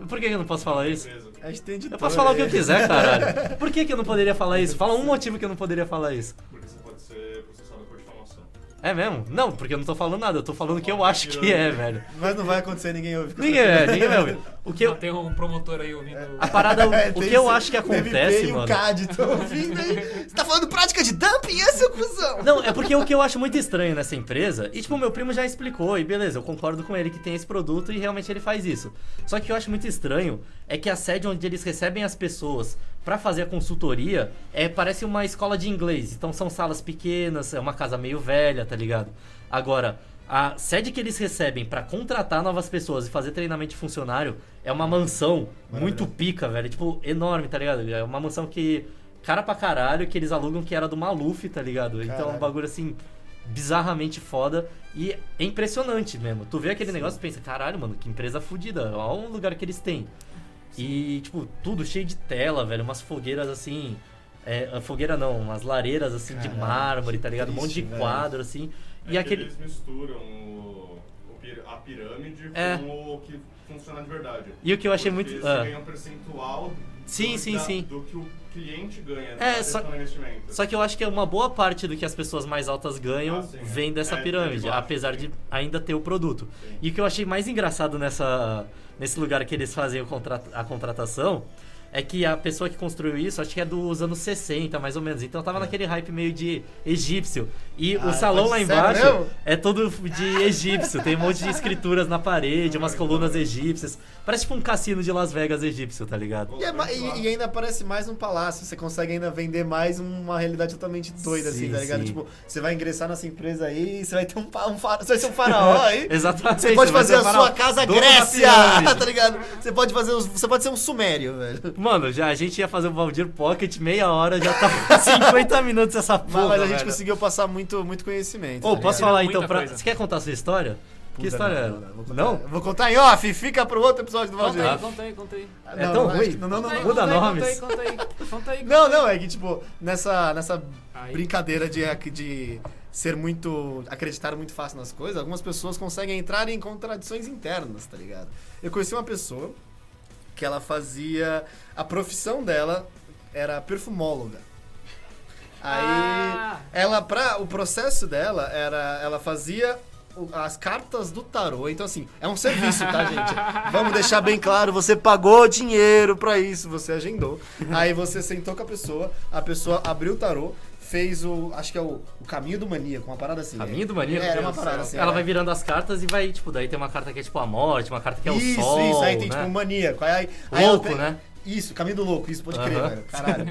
Por que que eu não posso falar isso?
Beleza.
A gente tem É de
Eu posso
é.
falar o que eu quiser, caralho. Por que, que eu não poderia falar isso? Fala um motivo que eu não poderia falar isso.
Porque você pode ser processado por difamação.
É mesmo? Não, porque eu não tô falando nada, eu tô falando o que eu acho que é, velho.
Mas não vai acontecer, ninguém ouve.
Ninguém é, ninguém vai ouvir. O que eu, É. Ah,
Tem um promotor aí ouvindo.
a parada, o, o
É, Tem
que eu
esse-
acho que
teve
acontece,
bem o
mano.
CAD, tô ouvindo aí. Você tá falando prática de dumping, é, seu cuzão?
Não, é porque o que eu acho muito estranho nessa empresa, e tipo, meu primo já explicou, e beleza, eu concordo com ele que tem esse produto e realmente ele faz isso. Só que o que eu acho muito estranho é que a sede onde eles recebem as pessoas pra fazer a consultoria é parece uma escola de inglês. Então são salas pequenas, é uma casa meio velha, tá ligado? Agora, a sede que eles recebem pra contratar novas pessoas e fazer treinamento de funcionário é uma mansão muito pica, velho. Tipo, enorme, tá ligado? É uma mansão que. Cara pra caralho, que eles alugam que era do Maluf, tá ligado? Então é um
Caralho.
bagulho assim, bizarramente foda e é impressionante mesmo. Tu vê aquele negócio e pensa, caralho, mano, que empresa fodida. Olha o lugar que eles têm. E, tipo, tudo cheio de tela, velho. Umas fogueiras assim. É, a fogueira não, umas lareiras assim de
Caralho,
mármore, tá ligado? um monte
triste,
de
velho.
quadro, assim.
É
e
que
aquele.
Eles misturam o- o pir- a pirâmide
É.
com o que funciona de verdade.
E o que eu achei
Porque
muito.
Você
ah.
ganha um percentual
Sim,
do,
sim,
da-
sim.
do que o cliente ganha
É,
da
só-
gestão de investimento.
Só que eu acho que é uma boa parte do que as pessoas mais altas ganham
Ah, sim, é.
vem dessa
É, é
pirâmide,
de baixo,
apesar
sim.
de ainda ter o produto.
Sim.
E o que eu achei mais engraçado nessa, nesse lugar que eles fazem o contra- a contratação é que a pessoa que construiu isso, acho que é dos anos 60, mais ou menos. Então tava
É.
naquele hype meio de egípcio. E
Ah,
o salão lá
sério
embaixo
mesmo?
é todo de egípcio. Tem um monte de escrituras na parede, umas colunas egípcias. Parece tipo um cassino de Las Vegas egípcio, tá ligado?
E, é ma- e- e ainda parece mais um palácio, você consegue ainda vender mais uma realidade totalmente doida,
Sim,
assim, tá ligado?
sim.
Tipo, você vai ingressar nessa empresa aí, você vai ter um, fa- um fa- você vai ser um faraó aí.
Exatamente. é
Você pode
vai
fazer a
separar
sua
o
casa
dono da
Grécia,
pirâmide.
tá ligado? Você pode fazer os- você pode ser um sumério, velho.
Mano, já, a gente ia fazer o Valdir Pocket meia hora, já tá 50 minutos essa
Mas,
porra.
mas a gente
velho.
conseguiu passar muito, muito conhecimento.
Ô,
tá
posso
ligado?
falar
Muita
então pra.
coisa.
Você quer contar a sua história? que
Puta,
história
não,
era?
não, não, vou contar.
Não?
Vou contar em off, fica pro outro episódio do Valdir.
Conta
Tá.
aí, conta aí, conta aí.
Ah,
É tão
acho
ruim?
que- Não, não, não,
Conta aí,
não.
Muda
conta aí,
nomes.
Conta aí, conta aí, conta aí.
Não, não, é que tipo, nessa, nessa
Aí.
brincadeira de, de ser muito. acreditar muito fácil nas coisas, algumas pessoas conseguem entrar em contradições internas, tá ligado? Eu conheci uma pessoa que ela fazia. A profissão dela era perfumóloga. Aí.
Ah!
Ela, pra, o processo dela era. Ela fazia o- as cartas do tarô. Então, assim, é um serviço, tá, gente? Vamos deixar bem claro: você pagou dinheiro pra isso, você agendou. Aí você sentou com a pessoa, a pessoa abriu o tarô, fez o. Acho que é o, o caminho do maníaco, uma parada assim.
Caminho do maníaco?
É, era uma
Meu Deus do
parada
céu.
assim.
Ela
é.
vai virando as cartas e vai, tipo, daí tem uma carta que é tipo a morte, uma carta que é o
isso,
sol.
isso, aí tem
né?
tipo um maníaco. Aí, aí, aí ela
Louco,
tem-
né?
Isso, caminho do louco, isso pode crer,
Aham.
velho. Caralho.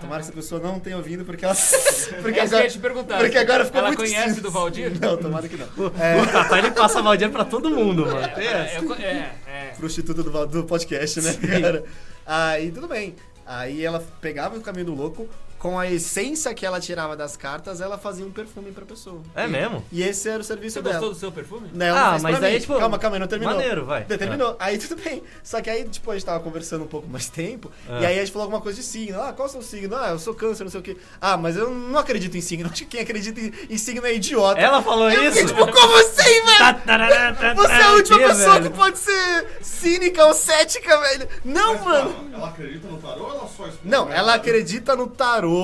Tomara que essa pessoa não tenha ouvido, porque ela.
Porque
porque
é isso que eu
agora.
ia te perguntar.
Porque agora ficou
Ela
muito
conhece
simples.
do Valdir?
Não, tomara que não.
O Catar ele passa mal dia pra todo mundo, mano.
É, é, eu co- é, é.
prostituta do, va- do podcast, né, cara? Aí tudo bem. Aí ela pegava o caminho do louco, com a essência que ela tirava das cartas, ela fazia um perfume pra pessoa.
É mesmo?
E esse era o serviço
Você
dela.
gostou do seu perfume?
Né, ela
Ah,
fez pra
mas aí,
mim.
tipo,
Calma, calma, não terminou.
Maneiro, vai.
Determinou. Aí tudo bem. Só que aí, tipo, a gente tava conversando um pouco mais tempo.
Ah.
E aí a gente falou alguma coisa de signo. Ah, qual é o seu signo? Ah, eu sou câncer, não sei o quê. Ah, mas eu não acredito em signo. Acho que quem acredita em, em signo é idiota.
Ela falou
eu
isso?
fiquei tipo, como assim, velho?
Tá, tarará, tá,
Você é a
tá,
última
quê,
pessoa
velho?
que pode ser cínica ou cética, velho. Não,
Mas,
mano.
calma, Ela acredita no tarô ou ela é um só explica?
Não, ela acredita no tarô.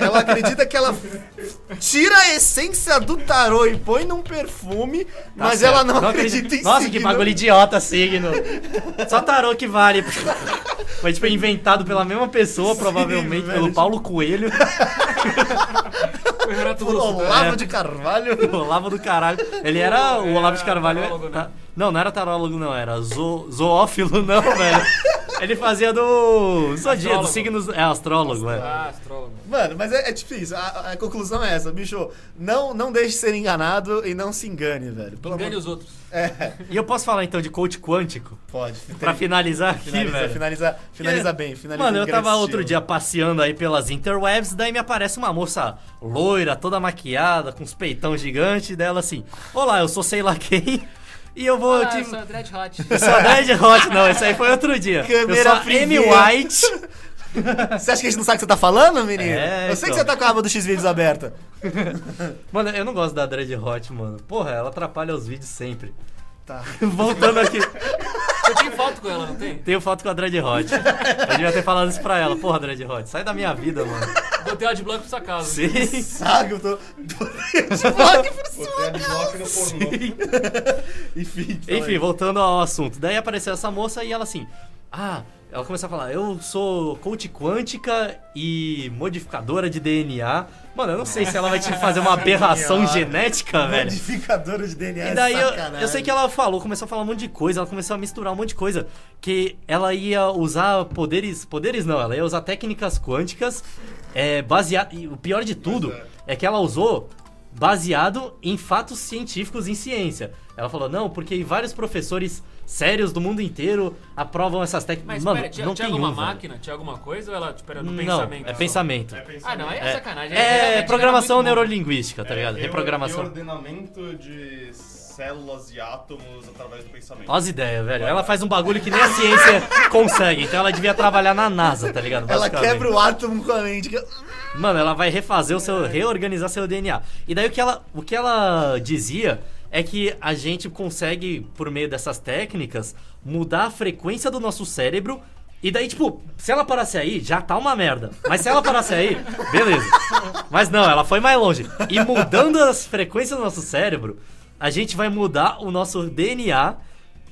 Ela acredita que ela tira a essência do tarô e põe num perfume,
Tá
mas
certo.
ela não, acredita em
Nossa, que
signo.
bagulho idiota, signo. Só tarô que vale. Foi, tipo, inventado pela mesma pessoa, provavelmente,
velho.
pelo Paulo Coelho.
O Renato
Por
Russo.
Olavo
É.
de Carvalho.
O Olavo do caralho. Ele
É,
era o
Era
Olavo de Carvalho.
tarólogo, né?
tá- Não, não era tarólogo, não. Era zo... zoófilo, não, velho. Ele fazia do. Zodíaco,
Astrólogo.
dos signos. É, astrólogo, velho.
Ah, astrólogo.
Mano, mas é, é difícil. A, a conclusão é essa, bicho. Não, não deixe ser enganado e não se engane, velho. Pelo
Engane
amor-
os outros.
E eu posso falar então de coach quântico?
Pode.
Pra finalizar aqui,
Finaliza,
velho.
finaliza, finaliza bem. Finaliza
Mano,
em
eu tava
grande
outro
estilo.
dia passeando aí pelas interwebs, daí me aparece uma moça loira, toda maquiada, com os peitão gigante, dela assim: Olá, eu sou sei lá quem. E eu vou
Ah,
te.
sou Dread Hot.
Eu sou a Dread Hot, não, esse aí foi outro dia. eu
Câmera
sou a Amy
privê.
White.
Você acha que a gente não sabe o que você tá falando, menino?
É,
eu sei
então.
que você tá com a aba do X-Vídeos aberta.
Mano, eu não gosto da Dread Hot, mano. Porra, ela atrapalha os vídeos sempre.
Tá.
Voltando aqui,
Você tem foto com ela, não tem?
tenho foto com a Dread Hot. Eu devia ter falado isso pra ela. Porra, Dread Hot, sai da minha vida, mano.
Botei ela de bloco pra sua casa.
Sim.
Sabe, eu tô. Bloco por
Pô,
cima.
tem a bloco no pornô.
Enfim, fala
Enfim, então, é.
aí.
voltando ao assunto. Daí apareceu essa moça e ela assim, ah, ela começou a falar, eu sou coach quântica e modificadora de DNA. Mano, eu não sei se ela vai te fazer uma aberração genética, velho.
Modificadora de DNA.
E daí eu,
é sacanagem.
eu sei que ela falou, começou a falar um monte de coisa, ela começou a misturar um monte de coisa. Que ela ia usar poderes. Poderes não, ela ia usar técnicas quânticas é, baseado. E o pior de tudo
Pois
é que ela usou baseado em fatos científicos em ciência. Ela falou, não, porque vários professores sérios do mundo inteiro aprovam essas técnicas.
Mas
Mano,
pera, tinha,
não
tinha
tem
alguma
um, velho.
máquina? Tinha alguma coisa ou ela tipo, era do
Não,
pensamento?
é
só?
pensamento.
É
Ah, não, aí é,
É.
sacanagem.
É,
realmente
programação
era muito bom.
neurolinguística, tá ligado?
É,
Reprogramação.
E ordenamento de células e átomos através do pensamento.
Olha as ideias, velho. Ela faz um bagulho que nem a ciência consegue. Então ela devia trabalhar na NASA, tá ligado?
Ela
Basicamente.
quebra o átomo com a mente. que-
Mano, ela vai refazer o seu. reorganizar seu DNA. E daí o que ela, o que ela dizia é que a gente consegue, por meio dessas técnicas, mudar a frequência do nosso cérebro. E daí, tipo, se ela parasse aí, já tá uma merda. Mas se ela parasse aí, beleza. Mas não, ela foi mais longe. E mudando as frequências do nosso cérebro, a gente vai mudar o nosso DNA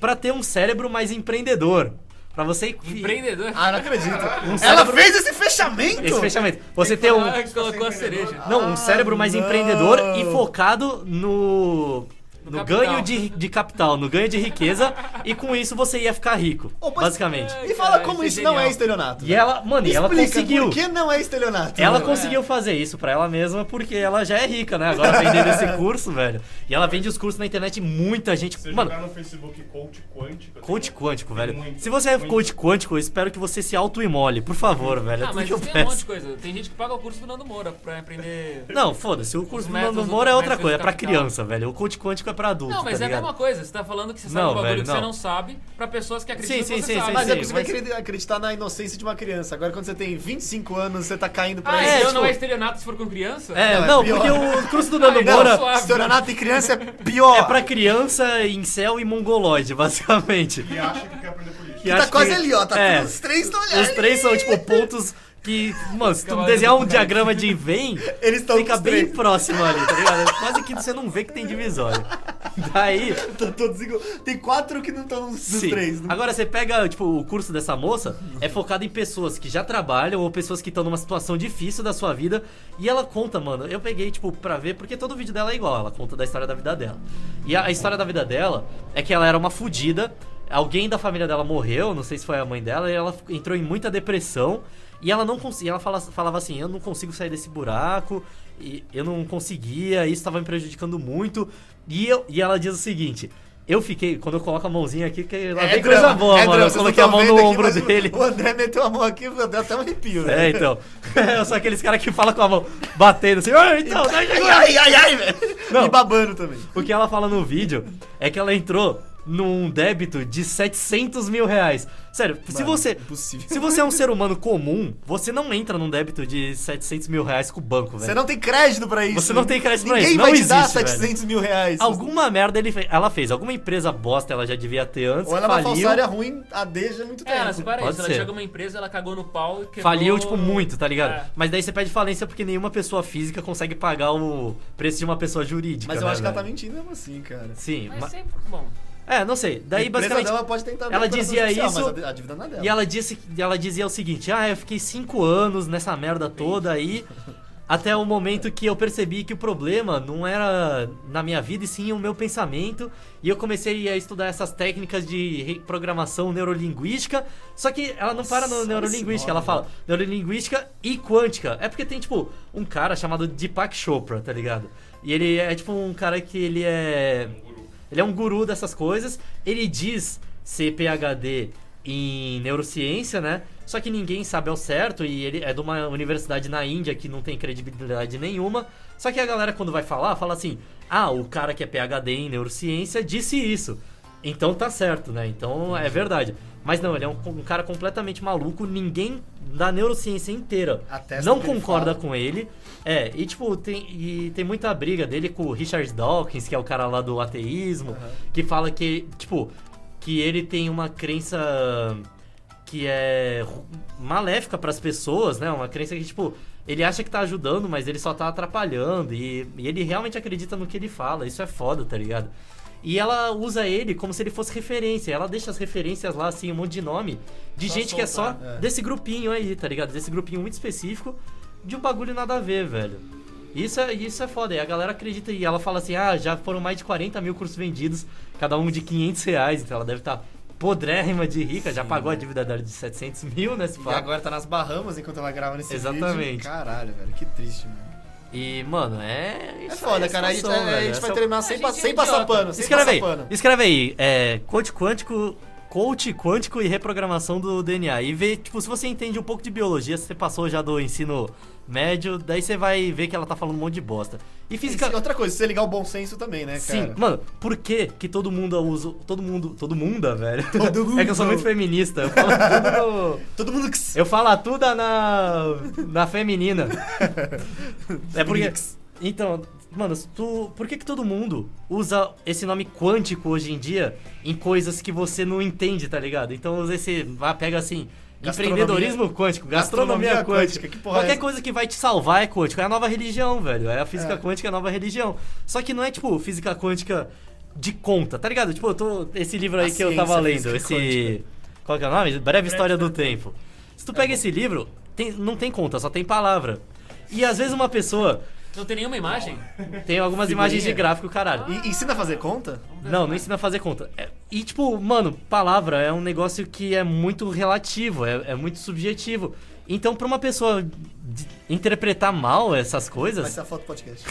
pra ter um cérebro mais empreendedor. Pra você.
Empreendedor.
Ah, não acredito. Ela
Um cérebro-
fez esse fechamento?
Esse fechamento. Você ter um.
Ah, que colocou a cereja.
Não, um cérebro mais
Ah, não.
empreendedor e focado no.
No
No,
capital.
ganho de, de capital, no ganho de riqueza, e com isso você ia ficar rico,
Ô, mas-
basicamente.
É.
E fala
Caralho,
como isso
isso é
não
genial.
é estelionato.
E ela, mano, e ela
Explica
conseguiu.
Por que não é estelionato?
Ela
né?
conseguiu fazer isso pra ela mesma porque ela já é rica, né? Agora vendendo esse curso, velho. E ela vende os cursos na internet e muita gente.
Se você
Mano,
jogar no Facebook coach quântico... tem
coach
um-
quântico,
tem
velho.
muito,
Se você é
muito.
coach quântico, eu espero que você se auto-imole, por favor, velho. É
Ah,
tudo
mas
que eu
isso tem um monte
peço.
de coisa. Tem gente que paga o curso do Nando Moura pra aprender.
Não, foda-se, o curso do
métodos
Nando
do-
Moura é outra
métodos do
coisa, é pra
capital.
criança, velho. O coach quântico é pra adulto.
Não, mas
tá
é a
ligado?
mesma coisa. Você tá falando que você sabe
Não,
um bagulho
velho,
que você
não.
não não sabe pra pessoas que acreditam
Sim,
que
sim,
você
sim,
sabe.
Mas é
sim,
porque você vai
mas-
acredi- acreditar na inocência de uma criança. Agora, quando você tem 25 anos, você tá caindo pra
Ah,
é,
então
tipo-
não é estelionato se for com criança?
É,
Não, é
não,
pior.
porque o curso do Nando
Ai, não,
Moura
suave.
Estelionato em criança é pior.
é pra criança, incel e mongoloide, basicamente.
E acha que quer aprender política.
E
Tá
acho que-
quase ali, ó. Tá
é.
todos os três estão olhando.
Os três são, tipo, pontos que, mano, se tu
Cavalo
desenhar
do
um
Bugatti.
diagrama de vem,
Eles estão
fica bem próximo ali, tá ligado? É Quase que você não vê que tem divisória. Daí,
todos igual. Tem quatro que não estão nos
sim.
três. né? Não...
Agora você pega, tipo, o curso dessa moça, é focado em pessoas que já trabalham ou pessoas que estão numa situação difícil da sua vida. E ela conta, mano, eu peguei, tipo, pra ver, porque todo vídeo dela é igual, ela conta da história da vida dela. E a, a história da vida dela é que ela era uma fudida, alguém da família dela morreu, não sei se foi a mãe dela, e ela f- entrou em muita depressão. E ela não conseguia, ela fala- falava assim, eu não consigo sair desse buraco, e eu não conseguia, isso estava me prejudicando muito. E, eu, e ela diz o seguinte, eu fiquei, quando eu coloco a mãozinha aqui, que lá vem coisa
drama,
boa,
é
mano.
drama,
Eu
vocês
coloquei a
não tão
mão no
vendo aqui,
ombro
mas o-
dele.
O André meteu a mão aqui, deu até um arrepio, né?
É, então. Eu sou aqueles caras que fala com a mão batendo assim, "Ah, então, dá
Ai, ai, ai, ai, velho.
Não.
E babando também.
O que ela fala no vídeo é que ela entrou num débito de 700 mil reais. Sério, se
Mano,
você.
impossível.
Se você é um ser humano comum, você não entra num débito de 700 mil reais com o banco, velho.
Você não tem crédito pra isso.
Você não tem crédito pra
Ninguém
isso,
vai
não
te dar
existe,
700 mil reais.
Alguma merda ele fe- ela fez. Alguma empresa bosta ela já devia ter antes.
Ou ela é uma
faliu,
falsária ruim, a desde há muito
É,
tempo.
ela se para
Pode
isso. Ela
ser.
chega uma empresa, ela cagou no pau e quebrou...
Faliu, tipo, muito, tá ligado?
É.
Mas daí você pede falência porque nenhuma pessoa física consegue pagar o preço de uma pessoa jurídica.
Mas eu
né,
acho que ela tá
velho?
mentindo mesmo assim, cara.
Sim,
Mas
ma-
sempre, bom...
é, não sei. Daí basicamente.
Ela pode tentar abrir
ela
um processo
dizia
judicial,
isso,
mas a- a dívida não é dela.
E ela, disse, ela dizia o seguinte: Ah, eu fiquei cinco anos nessa merda toda aí. Até o momento que eu percebi que o problema não era na minha vida e sim o meu pensamento. E eu comecei a estudar essas técnicas de reprogramação neurolinguística. Só que ela não para no
Nossa,
neurolinguística,
esse
ela
nome,
fala neurolinguística e quântica. É porque tem, tipo, um cara chamado Deepak Chopra, tá ligado? E ele é, tipo, um cara que ele é.
Um guru.
Ele é um guru dessas coisas. Ele diz ser PhD em neurociência, né? Só que ninguém sabe ao certo e ele é de uma universidade na Índia que não tem credibilidade nenhuma. Só que a galera quando vai falar, fala assim: "Ah, o cara que é PhD em neurociência disse isso". Então tá certo, né? Então
Uhum.
é verdade. Mas não, ele é um, um cara completamente maluco, ninguém da neurociência inteira
Atesta
não
que ele
concorda
fala.
com ele. É, e tipo, tem, e tem muita briga dele com o Richard Dawkins, que é o cara lá do ateísmo, que fala que, tipo, que ele tem uma crença que é ru- maléfica pras pessoas, né? Uma crença que, tipo, ele acha que tá ajudando, mas ele só tá atrapalhando. E, e ele realmente acredita no que ele fala. Isso é foda, tá ligado? E ela usa ele como se ele fosse referência. Ela deixa as referências lá, assim, um monte de nome de
Só
gente que é só
soltar. É.
desse grupinho aí, tá ligado? Desse grupinho muito específico de um bagulho nada a ver, velho. Isso é, isso é foda. E a galera acredita e ela fala assim: ah, já foram mais de 40 mil cursos vendidos, cada um de 500 reais. Então ela deve estar podrérrima de rica, já pagou a dívida dela de 700 mil, né? Se
né? E
pá.
agora tá nas Bahamas enquanto ela grava nesse vídeo.
Exatamente.
Caralho, velho, que triste, mano.
E, mano, é.
É
isso aí,
foda,
é
cara. A gente,
situação,
a
velho.
gente
Essa
vai
é o-
terminar sem,
A
pa-
gente é
sem passar
idiota.
pano. Sem
Escreve
passar
aí,
pano.
escreve aí, é, coach quântico, coach quântico e reprogramação do DNA. E vê, tipo, se você entende um pouco de biologia, se você passou já do ensino médio, daí você vai ver que ela tá falando um monte de bosta. E física.
E é outra coisa, se você ligar o bom senso também, né, cara?
Sim, mano, por que que todo mundo usa. Todo mundo. Todo mundo, velho?
Todo
É que eu sou
mundo.
muito feminista. Eu falo tudo.
Todo mundo que.
Eu falo a tudo na. na feminina. é porque. Então, mano, tu, por que, que todo mundo usa esse nome quântico hoje em dia em coisas que você não entende, tá ligado? Então usa esse. Vai, pega assim.
Gastronomia.
Empreendedorismo quântico, gastronomia,
Gastronomia
quântica.
quântica, que porra é
Qualquer
essa?
coisa que vai te salvar é quântico. É a nova religião, velho. É a física
É.
quântica, é a nova religião. Só que não é tipo física quântica de conta, tá ligado? Tipo, eu tô, esse livro aí
A
que eu
ciência
tava
física
lendo, esse.
quântica.
Qual que é o nome? Breve História do Tempo. Tá Se tu pega esse livro, tem- não tem conta, só tem palavra. E às vezes uma pessoa
Não tem nenhuma imagem?
tem algumas
Figurinha.
imagens de gráfico, caralho.
E, ensina a fazer conta?
Não, não ensina a fazer conta. É- E tipo, mano, palavra é um negócio que é muito relativo, é, é muito subjetivo. Então, pra uma pessoa de- interpretar mal essas
Vai
coisas,
ser a foto do podcast.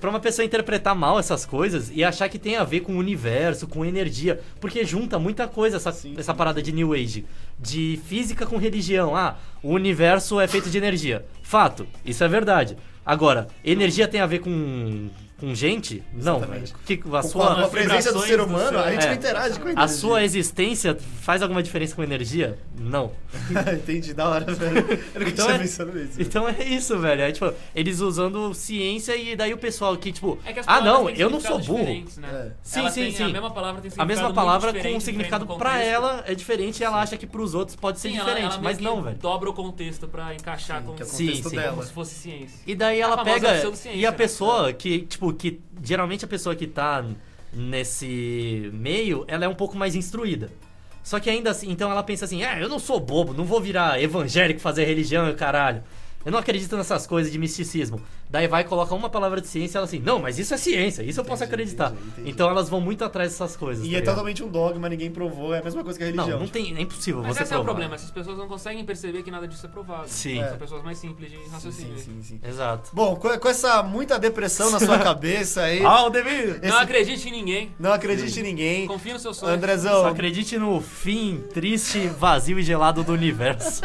Pra uma pessoa interpretar mal essas coisas e achar que tem a ver com o universo, com energia, porque junta muita coisa essa,
Sim,
essa parada de New Age, de física com religião. Ah, o universo é feito de energia. Fato, isso é verdade. Agora, energia tem a ver com com gente? Não, velho.
Exatamente.
Que, a,
Com a, com a
sua,
presença do
vibrações
ser
do
humano,
seu-
a gente
é.
não interage com a
a
energia.
sua existência faz alguma diferença com energia? Não.
Entendi, da hora, velho. Eu nunca
Então
tinha
é-
pensado nisso.
Então é isso, velho. É, tipo, eles usando ciência e daí o pessoal que, tipo,
É que as
ah,
palavras
não,
têm
eu não sou
significados
burro.
diferentes, Né?
É.
Sim,
Ela
sim,
tem-
sim.
A mesma palavra tem
A mesma
significado
palavra
muito
com
diferente,
um
diferente
significado
do
pra
contexto.
ela é diferente, ela acha que pros outros pode ser
Sim, ela-
diferente,
ela meio
mas
que
não, velho.
Dobra o contexto pra encaixar com
Que é o
Sim,
contexto
sim.
dela.
como se fosse ciência.
E daí ela
É famosa
pega
pseudociência,
e a
né?
pessoa que, tipo, que geralmente a pessoa que tá nesse meio, ela é um pouco mais instruída. Só que ainda assim, então ela pensa assim: "É, eu não sou bobo, não vou virar evangélico fazer religião e o caralho. Eu não acredito nessas coisas de misticismo". Daí vai e coloca uma palavra de ciência, ela assim: "Não, mas isso é ciência, isso eu posso
Entendi,
acreditar".
entendi, entendi.
Então elas vão muito atrás dessas coisas. tá
E é
ligado?
totalmente um dogma, ninguém provou, é a mesma coisa que a religião.
Não, não tem, é impossível
Mas
você
esse é o
provar.
problema, essas pessoas não conseguem perceber que nada disso é provável.
Sim.
São pessoas mais simples de
Sim, sim,
raciocínio.
assim.
sim, sim.
Exato.
Bom, com, com essa muita depressão na sua cabeça aí,
Ah, o devido.
Não acredite em ninguém.
não acredite em ninguém.
Confia no seu sonho.
Só
Andrezão,
acredite no fim triste, vazio e gelado do universo.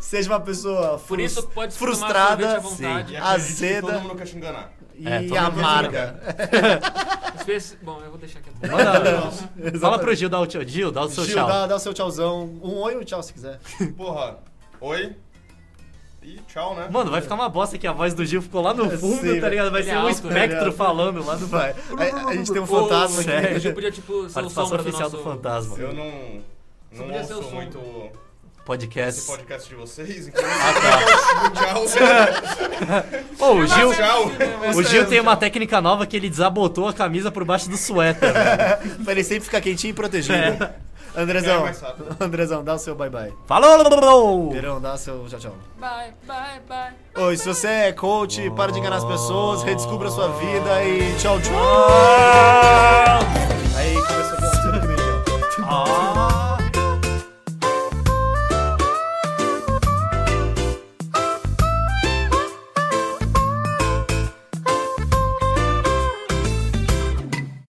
seja uma pessoa frus-
Por isso pode se
frustrada
tomar sorvete à vontade.
E acredite
Azeda.
que Todo mundo quer te enganar.
e
É, todo mundo
amarga.
Espe- Bom, eu vou deixar aqui.
Manda,
Exatamente.
fala pro Gil dar o tchau. Gil, dá o seu
Gil,
tchau.
dá, dá o seu tchauzão. Um oi e um tchau se quiser.
Porra, oi. E tchau, né?
Mano, vai ficar uma bosta que a voz do Gil ficou lá no
É,
fundo,
sim,
tá ligado? Vai
ele
ser
é
um
alto,
espectro
né?
falando lá do.
Vai. A, a gente tem um
Ô,
fantasma
sério.
aqui.
O Gil podia, tipo, ser o
Participação
sombra do
oficial
nosso...
do Fantasma.
Eu não. Não
podia ser o
ouço
som.
muito esse
Podcast.
podcast de vocês, então. Ah, tchau.
Ô, o Gil.
Tchau.
é
O Gil tem uma técnica nova que ele desabotou a camisa por baixo do suéter. velho.
Pra ele sempre ficar quentinho e protegido.
É.
Andrezão,
É, mais rápido.
Andrezão, dá o seu bye bye.
Falou!
Perão, dá o seu tchau tchau.
Bye, bye, bye.
Oi, se você é coach, para de enganar as pessoas, redescubra a sua vida e tchau tchau.
Ah! Ah!